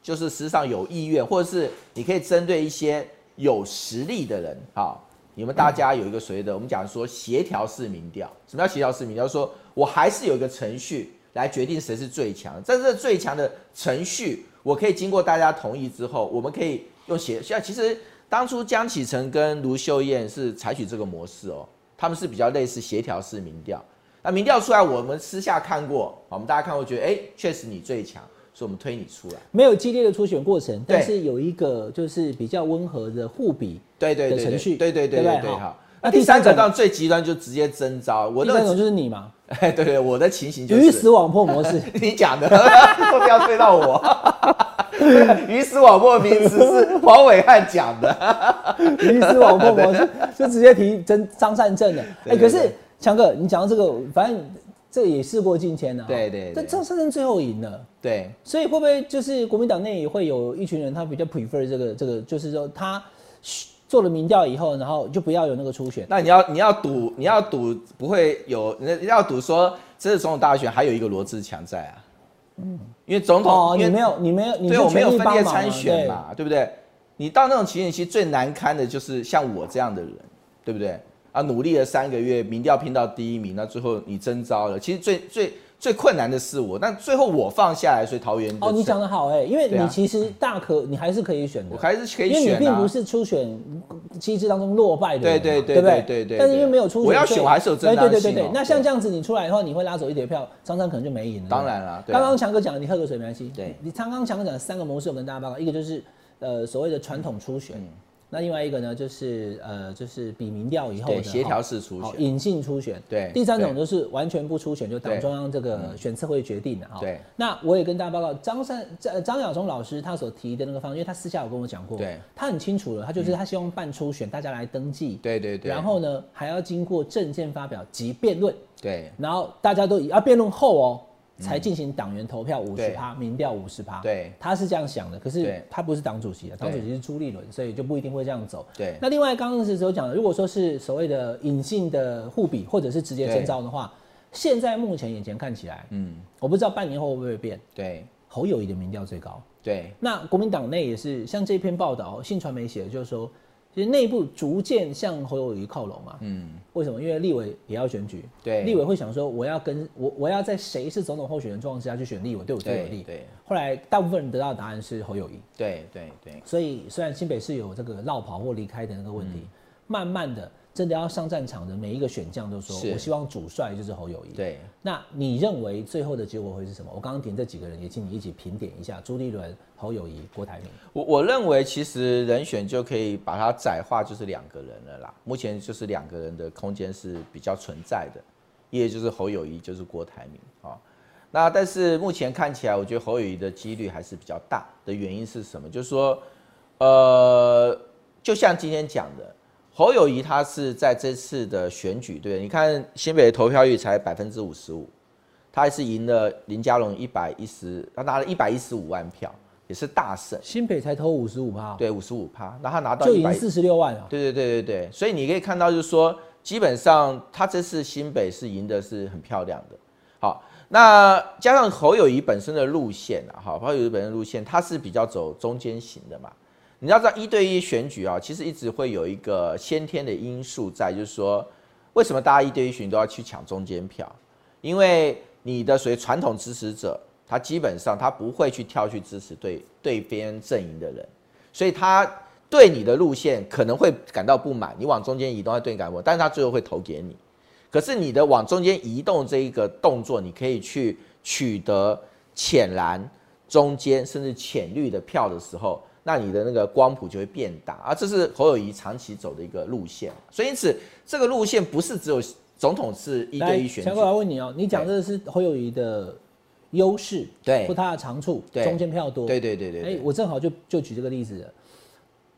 Speaker 3: 就是实际上有意愿，或者是你可以针对一些有实力的人，好，你们大家有一个所谓的，我们讲说协调式民调。什么叫协调式民调？就是说我还是有一个程序来决定谁是最强，在这最强的程序，我可以经过大家同意之后，我们可以用协像其实当初江启臣跟卢秀燕是采取这个模式哦，他们是比较类似协调式民调。那民调出来，我们私下看过，好我们大家看过，觉得哎，确、实你最强，所以我们推你出来。
Speaker 1: 没有激烈的初选过程，但
Speaker 3: 对
Speaker 1: 是有一个就是比较温和的互比。
Speaker 3: 对对对
Speaker 1: 的
Speaker 3: 对
Speaker 1: 程序
Speaker 3: 对对
Speaker 1: 对
Speaker 3: 对
Speaker 1: 不
Speaker 3: 对
Speaker 1: 对
Speaker 3: 对
Speaker 1: 好
Speaker 3: 好。
Speaker 1: 那
Speaker 3: 那
Speaker 1: 第
Speaker 3: 第
Speaker 1: 三
Speaker 3: 三
Speaker 1: 种
Speaker 3: 种到最极端就直接征召，我
Speaker 1: 第
Speaker 3: 那
Speaker 1: 三种
Speaker 3: 个
Speaker 1: 就是你嘛，
Speaker 3: 哎对对，我的情形就
Speaker 1: 鱼死
Speaker 3: 是
Speaker 1: 网破模 式。
Speaker 3: 你讲的，都不要推到我。 鱼死网破名词是黄伟汉讲的，
Speaker 1: 鱼死网破模式，就直接提真张善政的。哎、
Speaker 3: 对对
Speaker 1: 可
Speaker 3: 对
Speaker 1: 是强哥，你讲到这个，反正这也事过境迁了、啊。
Speaker 3: 对对对
Speaker 1: 但张善政最后赢了，
Speaker 3: 对
Speaker 1: 所以会不会就是国民党内也会有一群人，他比较 prefer 这个这个，就是说他嘘做了民调以后，然后就不要有那个初选。
Speaker 3: 那你要你要赌，你要赌不会有，你要赌说这次总统大选还有一个罗志强在啊，嗯，因为总统、
Speaker 1: 哦，
Speaker 3: 因
Speaker 1: 你
Speaker 3: 为
Speaker 1: 没有，你没有，你
Speaker 3: 对
Speaker 1: 是
Speaker 3: 我没有
Speaker 1: 全力
Speaker 3: 分
Speaker 1: 帮
Speaker 3: 裂
Speaker 1: 忙啊
Speaker 3: 参选
Speaker 1: 对
Speaker 3: 嘛，对不对？你到那种情形，其实最难堪的就是像我这样的人，对不对？啊，努力了三个月，民调拼到第一名，那最后你征召了，其实最最最困难的是我，但最后我放下来，所以桃园
Speaker 1: 哦，你
Speaker 3: 的
Speaker 1: 讲的好哎、因为
Speaker 3: 对
Speaker 1: 你
Speaker 3: 啊
Speaker 1: 其实大可你还是可以选的
Speaker 3: 我，还是可以
Speaker 1: 因为你
Speaker 3: 选
Speaker 1: 并
Speaker 3: 啊
Speaker 1: 不。是初选机制当中落败的人嘛，
Speaker 3: 对对对
Speaker 1: 对不
Speaker 3: 对对对
Speaker 1: 但是因为没有初选，
Speaker 3: 我要选
Speaker 1: 所以
Speaker 3: 我还是有正
Speaker 1: 哎对对对
Speaker 3: 当性
Speaker 1: 对
Speaker 3: 哦。
Speaker 1: 那像这样子你出来的话，你会拉走一叠票，张三可能就没赢了。
Speaker 3: 当然啦对啊
Speaker 1: 刚刚强哥讲的，你喝个水没关系。
Speaker 3: 对
Speaker 1: 你刚刚强哥讲的三个模式，我跟大家报告，一个就是呃所谓的传统初
Speaker 3: 嗯
Speaker 1: 选。那另外一个呢，就是呃，就是比民调以后的
Speaker 3: 对协调式
Speaker 1: 哦
Speaker 3: 初选
Speaker 1: 好隐性初选。
Speaker 3: 对
Speaker 1: 第三种
Speaker 3: 对
Speaker 1: 就是完全不初选，就党
Speaker 3: 对嗯
Speaker 1: 中央这个选测会决定的哈。
Speaker 3: 对
Speaker 1: 那我也跟大家报告，张善张张亚中老师他所提的那个方案，因为他私下有跟我讲过，
Speaker 3: 对
Speaker 1: 他很清楚了，他就是他希望办初选，大家来登记，
Speaker 3: 对对对
Speaker 1: 然后呢还要经过证件发表及辩论，
Speaker 3: 对
Speaker 1: 然后大家都以啊辩论后哦。才进行党员投票五十
Speaker 3: 嗯对
Speaker 1: 趴，民调五十趴。
Speaker 3: 对
Speaker 1: 他是这样想的，可是
Speaker 3: 对
Speaker 1: 他不是党主席啊，党主
Speaker 3: 对
Speaker 1: 席是朱立伦，所以就不一定会这样走。
Speaker 3: 对
Speaker 1: 那另外刚刚是所讲的，如果说是所谓的隐性的互比，或者是直接征召的话，现在目前眼前看起来，嗯，我不知道半年后会不会变，
Speaker 3: 对
Speaker 1: 侯友谊的民调最高。
Speaker 3: 对
Speaker 1: 那国民党内也是，像这篇报道，信传媒写的，就是说，其实内部逐渐向侯友谊靠拢嘛。嗯，为什么？因为立委也要选举，
Speaker 3: 对
Speaker 1: 立委会想说，我要跟我我要在谁是总统候选人状况之下去选立委，对我最有
Speaker 3: 对
Speaker 1: 利。
Speaker 3: 对
Speaker 1: 后来大部分人得到的答案是侯友谊，
Speaker 3: 对对对，
Speaker 1: 所以虽然新北市有这个绕跑或离开的那个问题，慢慢的真的要上战场的每一个选将都说，
Speaker 3: 是
Speaker 1: 我希望主帅就是侯友谊。
Speaker 3: 对，
Speaker 1: 那你认为最后的结果会是什么？我刚刚点这几个人，也请你一起评点一下：朱立伦、侯友谊、郭台铭。
Speaker 3: 我我认为其实人选就可以把它窄化，就是两个人了啦。目前就是两个人的空间是比较存在的，也就是侯友谊，就是郭台铭啊、那但是目前看起来，我觉得侯友谊的几率还是比较大的原因是什么？就是说，呃，就像今天讲的，侯友谊他是在这次的选举，对不对？你看新北的投票率才百分之五十五，他还是赢了林佳龙一百一十，他拿了一百一十五万票，也是大胜。
Speaker 1: 新北才投五十五趴，，
Speaker 3: 对，五十五趴，然后他拿到
Speaker 1: 啊就
Speaker 3: 一
Speaker 1: 赢
Speaker 3: 百，
Speaker 1: 四十六万啊。
Speaker 3: 对对对对对，所以你可以看到，就是说，基本上他这次新北是赢的是很漂亮的。好，那加上侯友谊本身的路线啊，好，侯友谊本身的路线，他是比较走中间型的嘛。你要知道一对一选举啊，其实一直会有一个先天的因素在，就是说，为什么大家一对一选都要去抢中间票？因为你的所谓传统支持者，他基本上他不会去跳去支持对对边阵营的人，所以他对你的路线可能会感到不满，你往中间移动，他对你感到不满，但是他最后会投给你。可是你的往中间移动这一个动作，你可以去取得浅蓝、中间甚至浅绿的票的时候，那你的那个光谱就会变大啊，这是侯友谊长期走的一个路线，所以因此这个路线不是只有总统是一对一选举
Speaker 1: 强，哥来问你哦，你讲这个是侯友谊的优势，
Speaker 3: 对
Speaker 1: 或他的长处，
Speaker 3: 对
Speaker 1: 中间票多，
Speaker 3: 对对对对
Speaker 1: 哎、
Speaker 3: 对，
Speaker 1: 我正好就就举这个例子了。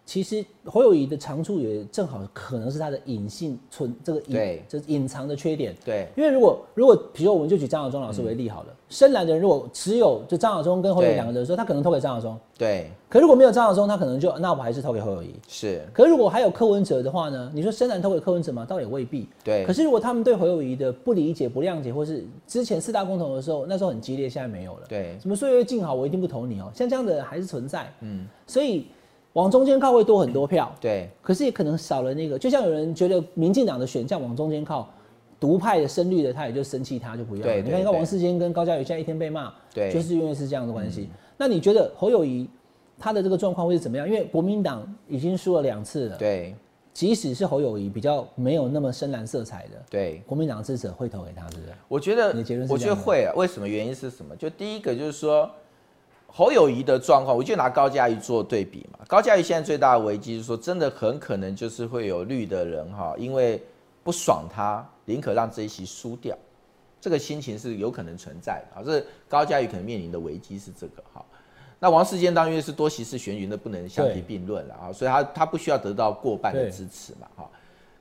Speaker 1: 其实侯友谊的长处也正好可能是他的隐性存这个隐
Speaker 3: 对
Speaker 1: 这隐藏的缺点。
Speaker 3: 对
Speaker 1: 因为如果如果比如我们就举张晓忠老师为例好了，深蓝的人如果只有就张晓忠跟侯友谊
Speaker 3: 对
Speaker 1: 两个人的时候，他可能投给张晓忠；
Speaker 3: 对
Speaker 1: 可如果没有张晓忠，他可能就那我还是投给侯友谊。
Speaker 3: 是，
Speaker 1: 可如果还有柯文哲的话呢？你说深蓝投给柯文哲吗？倒也未必。
Speaker 3: 对
Speaker 1: 可是如果他们对侯友谊的不理解、不谅解，或是之前四大公投的时候，那时候很激烈，现在没有了。
Speaker 3: 对
Speaker 1: 什么岁月静好，我一定不投你哦、像这样的人还是存在。嗯，所以往中间靠会多很多票，
Speaker 3: 对
Speaker 1: 可是也可能少了那个。就像有人觉得民进党的选项往中间靠，独派的深绿的他也就生气，他就不要了。
Speaker 3: 对
Speaker 1: 你
Speaker 3: 对
Speaker 1: 看，看
Speaker 3: 对
Speaker 1: 王世坚跟高嘉瑜现在一天被骂，
Speaker 3: 对嗯
Speaker 1: 就是因为是这样的关系。那你觉得侯友谊他的这个状况会是怎么样？因为国民党已经输了两次了，
Speaker 3: 对
Speaker 1: 即使是侯友谊比较没有那么深蓝色彩的，
Speaker 3: 对，
Speaker 1: 国民党支持者会投给他，是 不是？
Speaker 3: 我觉得
Speaker 1: 你的结论是
Speaker 3: 我
Speaker 1: 这
Speaker 3: 觉得
Speaker 1: 样吗
Speaker 3: 会啊，为什么？原因是什么？就第一个就是说。侯友谊的状况，我就拿高嘉瑜做对比嘛。高嘉瑜现在最大的危机是说，真的很可能就是会有绿的人哈，因为不爽他，宁可让这一席输掉，这个心情是有可能存在的啊。这高嘉瑜可能面临的危机是这个哈。那王世坚当然是多席次选举，那不能相提
Speaker 1: 对
Speaker 3: 并论了啊，所以他他不需要得到过半的
Speaker 1: 对
Speaker 3: 支持嘛哈。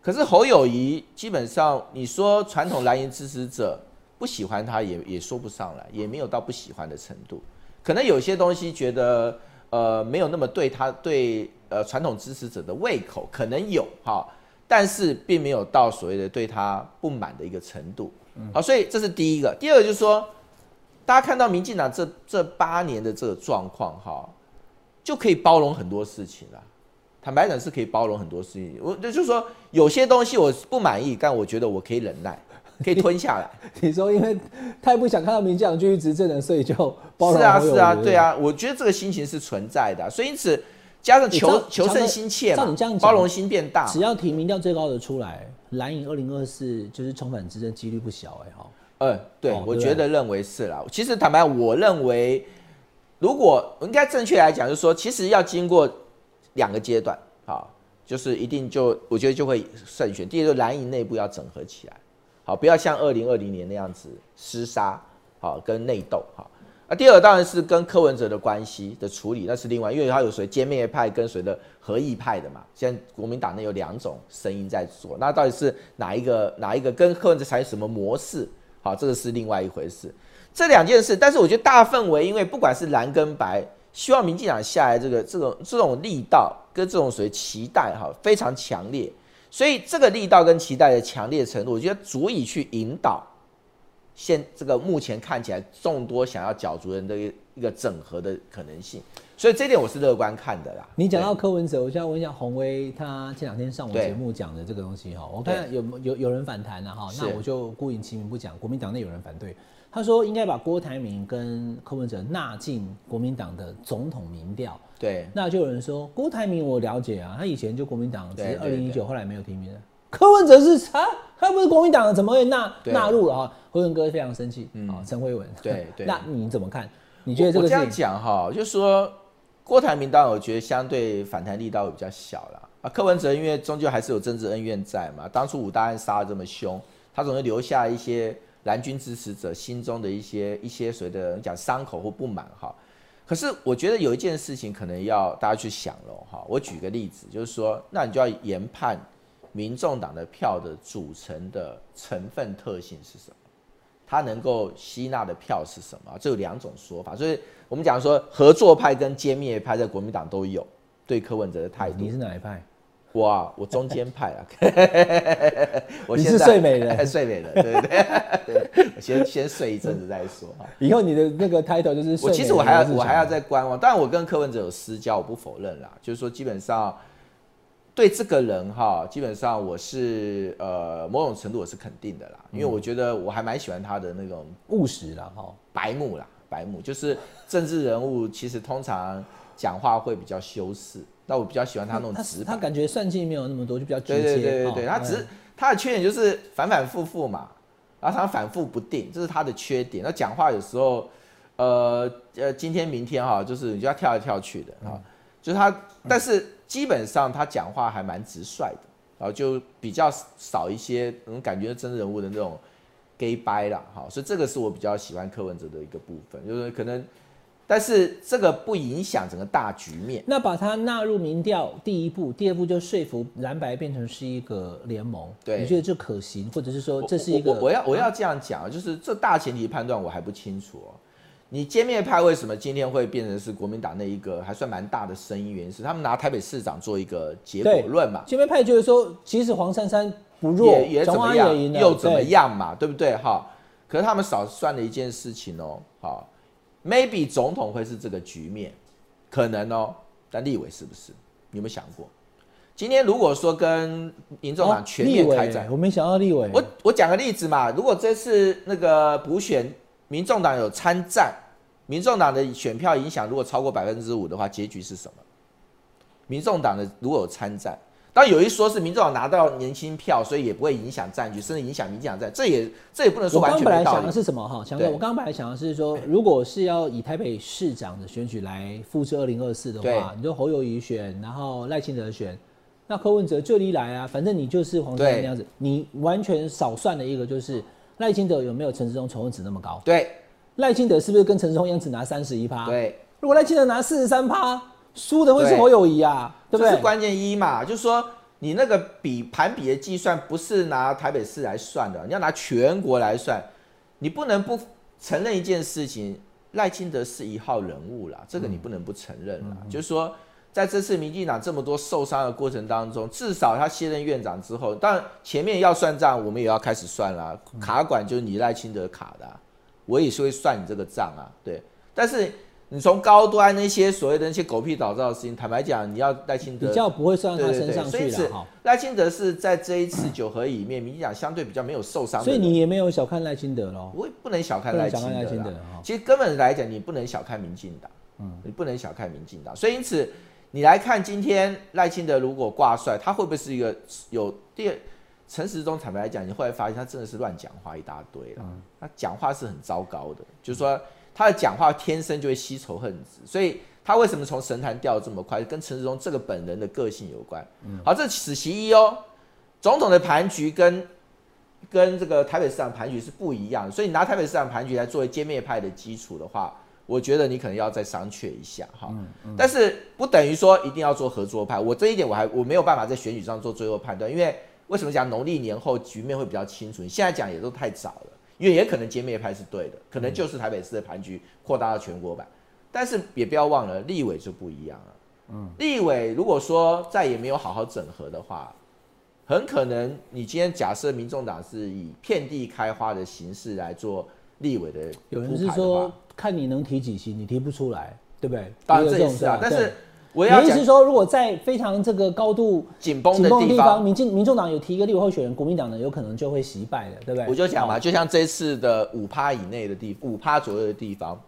Speaker 3: 可是侯友谊基本上，你说传统蓝营支持者不喜欢他也也说不上来，也没有到不喜欢的程度。可能有些东西觉得呃没有那么对他对呃传统支持者的胃口，可能有哈，但是并没有到所谓的对他不满的一个程度。好，所以这是第一个。第二个就是说，大家看到民进党这这八年的这个状况哈，就可以包容很多事情了。坦白讲是可以包容很多事情，我就是说有些东西我不满意，但我觉得我可以忍耐，可以吞下来。
Speaker 1: 你说，因为太不想看到民进党继续执政了，所以就 包容
Speaker 3: 是啊
Speaker 1: 侯友
Speaker 3: 是
Speaker 1: 宜
Speaker 3: 啊，
Speaker 1: 了
Speaker 3: 对，啊，我觉得这个心情是存在的啊、所以因此加上
Speaker 1: 欸
Speaker 3: 求
Speaker 1: 照
Speaker 3: 求
Speaker 1: 照
Speaker 3: 胜
Speaker 1: 那
Speaker 3: 心切
Speaker 1: 照
Speaker 3: 嘛
Speaker 1: 你这样，讲
Speaker 3: 包容心变大嘛。
Speaker 1: 只要提民调最高的出来，蓝营二零二四就是重返执政几率不小哎、哈。
Speaker 3: 呃，对，
Speaker 1: 哦
Speaker 3: 我
Speaker 1: 对
Speaker 3: 觉得认为是啦。其实坦白，我认为，如果嗯应该正确来讲，就是说，其实要经过两个阶段啊，就是一定就我觉得就会慎选。第一个，就是蓝营内部要整合起来，好，不要像二零二零年那样子厮杀，好，跟内斗，好。啊，第二个当然是跟柯文哲的关系的处理，那是另外，因为他有谁歼灭派跟谁的合议派的嘛。现在国民党内有两种声音在做，那到底是哪一个哪一个跟柯文哲采取什么模式？好，这个是另外一回事。这两件事，但是我觉得大氛围，因为不管是蓝跟白，希望民进党下来这个这种这种力道跟这种所谓期待哈，非常强烈，所以这个力道跟期待的强烈程度，我觉得足以去引导现这个目前看起来众多想要角逐人的一一个整合的可能性，所以这点我是乐观看的啦。
Speaker 1: 你讲到柯文哲，我就要问一下洪威，他前两天上我
Speaker 3: 对
Speaker 1: 节目讲的这个东西哈，我看有有有人反弹了啊哈，
Speaker 3: 是
Speaker 1: 那我就顾影其名不讲，国民党内有人反对，他说应该把郭台铭跟柯文哲纳进国民党的总统民调。
Speaker 3: 对
Speaker 1: 那就有人说郭台铭我了解啊，他以前就国民党，只
Speaker 3: 对
Speaker 1: 是二
Speaker 3: 对
Speaker 1: 零一
Speaker 3: 对
Speaker 1: 九后来没有提名的。啊柯文哲是他，他不是国民党的，怎么会纳
Speaker 3: 对嗯
Speaker 1: 纳入了啊？辉文哥非常生气啊，陈辉文。
Speaker 3: 对 对
Speaker 1: 那你怎么看？你觉得这
Speaker 3: 我
Speaker 1: 个
Speaker 3: 这样
Speaker 1: 事情？
Speaker 3: 讲哈，就是说郭台铭当然我觉得相对反弹力道会比较小啦。啊，柯文哲因为终究还是有政治恩怨在嘛，当初武大案杀的这么凶，他总是留下一些蓝军支持者心中的一些一些所谓的讲伤口或不满哈。可是我觉得有一件事情可能要大家去想喽哈。我举个例子，就是说，那你就要研判民众党的票的组成的成分特性是什么。它能够吸纳的票是什么？这有两种说法，所以我们讲说合作派跟歼灭派在国民党都有对柯文哲的态度
Speaker 1: 哦你。是哪一派？
Speaker 3: 我啊，我中间 派啊，我
Speaker 1: 你
Speaker 3: 现
Speaker 1: 是
Speaker 3: 在
Speaker 1: 睡美人
Speaker 3: 睡美人，对对对，对 我先先睡一阵子再说哈。
Speaker 1: 以后你的那个 title 就是
Speaker 3: 我
Speaker 1: 睡美人
Speaker 3: 其实我还
Speaker 1: 罗
Speaker 3: 要
Speaker 1: 志
Speaker 3: 我
Speaker 1: 祥
Speaker 3: 还要再观望，当然我跟柯文哲有私交，我不否认啦，就是说基本上对这个人哈，基本上我是呃某种程度我是肯定的啦，因
Speaker 1: 嗯
Speaker 3: 为我觉得我还蛮喜欢他的那种
Speaker 1: 务实了哈。
Speaker 3: 白目啦，白目就是政治人物，其实通常讲话会比较修饰。那我比较喜欢他那种
Speaker 1: 他
Speaker 3: 直
Speaker 1: 嗯他
Speaker 3: 白，
Speaker 1: 感觉算计没有那么多，就比较直
Speaker 3: 对
Speaker 1: 接。
Speaker 3: 对对对对，
Speaker 1: 哦
Speaker 3: 他只是他的缺点就是反反复复嘛，然后常常反复不定，这是他的缺点。那讲话有时候，呃呃，今天明天哈，就是你就要跳来跳去的
Speaker 1: 嗯
Speaker 3: 哈，就是他，但是基本上他讲话还蛮直率的，然后就比较少一些，嗯，感觉政治人物的那种 gay bye 啦，好，所以这个是我比较喜欢柯文哲的一个部分，就是可能，但是这个不影响整个大局面。
Speaker 1: 那把它纳入民调，第一步，第二步就说服蓝白变成是一个联盟，
Speaker 3: 对
Speaker 1: 你觉得这可行，或者是说
Speaker 3: 我
Speaker 1: 这是一
Speaker 3: 我我我
Speaker 1: 个
Speaker 3: 要我要这样讲啊，就是这大前提判断我还不清楚哦。你歼灭派为什么今天会变成是国民党那一个还算蛮大的声音？原因是他们拿台北市长做一个结果
Speaker 1: 对
Speaker 3: 论嘛，
Speaker 1: 前面派觉得说，其实黄珊珊不弱
Speaker 3: 也，也
Speaker 1: 蒋
Speaker 3: 怎么
Speaker 1: 万
Speaker 3: 样
Speaker 1: 安也赢了，
Speaker 3: 又怎么
Speaker 1: 对？
Speaker 3: 样嘛，对不对哈？可是他们少算了一件事情哦，好，maybe 总统会是这个局面，可能哦，但立委是不是？你有没有想过？今天如果说跟民众
Speaker 1: 哦
Speaker 3: 党全面
Speaker 1: 立委
Speaker 3: 开战，
Speaker 1: 我没想到立委，
Speaker 3: 我我讲个例子嘛，如果这次那个补选，民众党有参战，民众党的选票影响如果超过百分之五的话，结局是什么？民众党的如果有参战，当然有一说是民众党拿到年轻票，所以也不会影响战局，甚至影响民进党战，这也这也不能说
Speaker 1: 我刚刚
Speaker 3: 完全
Speaker 1: 本
Speaker 3: 没
Speaker 1: 来
Speaker 3: 道
Speaker 1: 想
Speaker 3: 理
Speaker 1: 的。是什么哈，强哥？
Speaker 3: 对
Speaker 1: 我刚刚本来想的是说，如果是要以台北市长的选举来复制二零二四的
Speaker 3: 对
Speaker 1: 话，你说侯友谊选，然后赖清德选，那柯文哲就你来啊，反正你就是黄珊珊
Speaker 3: 对
Speaker 1: 那样子，你完全少算了一个就是赖清德有没有陈志忠、仇文子那么高？
Speaker 3: 对
Speaker 1: 赖清德是不是跟陈志忠一样只拿三十一趴？，
Speaker 3: 对，
Speaker 1: 如果赖清德拿四十三趴，输的会是
Speaker 3: 对
Speaker 1: 侯友谊啊，对不
Speaker 3: 这是
Speaker 1: 对？
Speaker 3: 关键一嘛，就是说你那个比盘比的计算不是拿台北市来算的，你要拿全国来算，你不能不承认一件事情，赖清德是一号人物啦，这个你不能不承认
Speaker 1: 嗯
Speaker 3: 啦，就是说。在这次民进党这么多受伤的过程当中，至少他卸任院长之后，当然前面要算账，我们也要开始算啦。
Speaker 1: 嗯
Speaker 3: 卡管就是你赖清德卡的啊、我也是会算你这个账啊，对。但是你从高端那些所谓的那些狗屁倒灶的事情，坦白讲，你要赖清德
Speaker 1: 比较不会算到
Speaker 3: 对
Speaker 1: 他
Speaker 3: 对
Speaker 1: 身
Speaker 3: 对
Speaker 1: 上
Speaker 3: 所以
Speaker 1: 去
Speaker 3: 是
Speaker 1: 了哈。
Speaker 3: 赖清德是在这一次九合里面，民进党相对比较没有受伤的
Speaker 1: 所以
Speaker 3: 人，
Speaker 1: 你也没有小看赖清德喽。
Speaker 3: 我也不能小看
Speaker 1: 不能
Speaker 3: 赖
Speaker 1: 小
Speaker 3: 清
Speaker 1: 看
Speaker 3: 德
Speaker 1: 赖清
Speaker 3: 啦
Speaker 1: 德哈
Speaker 3: 其实根本来讲，你不能小看民进党，嗯，你不能小看民进党。所以因此，你来看今天赖清德如果挂帅，他会不会是一个有第二？陈时中坦白来讲，你后来发现他真的是乱讲话一大堆
Speaker 1: 嗯
Speaker 3: 啦，他讲话是很糟糕的，就是说他的讲话天生就会吸仇恨值，所以他为什么从神坛掉这么快，跟陈时中这个本人的个性有关。好，这此其一哦。总统的盘局跟跟这个台北市长盘局是不一样的，所以你拿台北市长盘局来作为歼灭派的基础的话，我觉得你可能要再商榷一下哈。
Speaker 1: 嗯
Speaker 3: 但是不等于说一定要做合作派，我这一点我还我没有办法在选举上做最后判断，因为为什么讲农历年后局面会比较清楚？你现在讲也都太早了，因为也可能歼灭派是对的，可能就是台北市的盘局扩大到全国版，但是也不要忘了立委就不一样了。嗯，立委如果说再也没有好好整合的话，很可能你今天假设民众党是以遍地开花的形式来做立委的
Speaker 1: 有人
Speaker 3: 铺
Speaker 1: 是
Speaker 3: 排的
Speaker 1: 说
Speaker 3: 话，
Speaker 1: 看你能提几席，你提不出来，对不对？
Speaker 3: 当然
Speaker 1: 有
Speaker 3: 这
Speaker 1: 种
Speaker 3: 也是啊，
Speaker 1: 对
Speaker 3: 但
Speaker 1: 吧
Speaker 3: 是
Speaker 1: 对
Speaker 3: 我
Speaker 1: 你
Speaker 3: 要
Speaker 1: 的意
Speaker 3: 讲
Speaker 1: 思是说，如果在非常这个高度
Speaker 3: 紧绷
Speaker 1: 紧
Speaker 3: 的
Speaker 1: 绷的地
Speaker 3: 地
Speaker 1: 方，
Speaker 3: 方，
Speaker 1: 民进民众党有提一个立委候选人，国民党呢有可能就会惜败的，对不对？
Speaker 3: 我就讲嘛，
Speaker 1: 好，
Speaker 3: 就像这次的五趴以内的地，五趴左右的地方，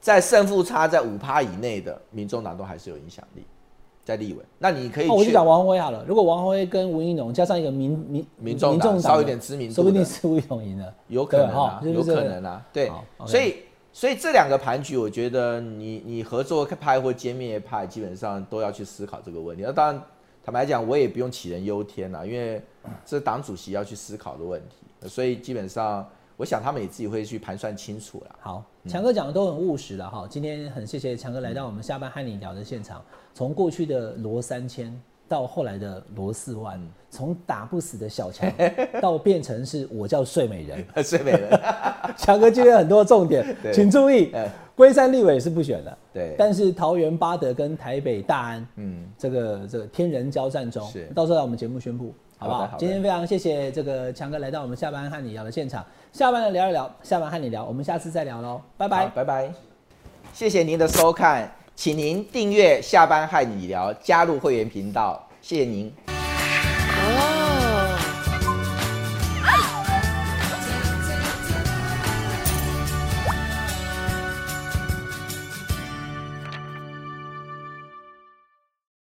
Speaker 3: 在胜负差在五趴以内的民众党都还是有影响力，在立委，那你可以
Speaker 1: 哦，我就
Speaker 3: 去
Speaker 1: 讲王宏威好了。如果王宏威跟吴一农加上一个民民
Speaker 3: 民众党稍微有点知名度的
Speaker 1: 说不定是吴一农赢了，
Speaker 3: 有可能
Speaker 1: 对哈
Speaker 3: 啊，
Speaker 1: 是不
Speaker 3: 有
Speaker 1: 是
Speaker 3: 可能啊，对
Speaker 1: 好，，OK
Speaker 3: 所以所以这两个盘局，我觉得你你合作派或歼灭派，基本上都要去思考这个问题。那当然，坦白讲，我也不用杞人忧天啊啦，因为这是党主席要去思考的问题，所以基本上我想他们也自己会去盘算清楚啦。
Speaker 1: 好，强哥讲的都很务实了哈。今天很谢谢强哥来到我们下班和你聊的现场，从过去的罗三千到后来的罗四万，
Speaker 3: 嗯
Speaker 1: 从打不死的小 强到变成是我叫睡美人。
Speaker 3: 睡美人，
Speaker 1: 强哥今天很多重点，
Speaker 3: 对
Speaker 1: 请注意
Speaker 3: 哎，
Speaker 1: 龟山立委是不选的，
Speaker 3: 对
Speaker 1: 但是桃园八德跟台北大安，
Speaker 3: 嗯，
Speaker 1: 这个这个天人交战中
Speaker 3: 是，
Speaker 1: 到时候在我们节目宣布，好不
Speaker 3: 好
Speaker 1: 好
Speaker 3: 的？好的
Speaker 1: 今天非常谢谢这个强哥来到我们下班和你聊的现场，下班了聊一聊，下班和你聊，我们下次再聊喽，拜拜
Speaker 3: 好。拜拜，谢谢您的收看，请您订阅“下班和你聊”，加入会员频道，谢谢您。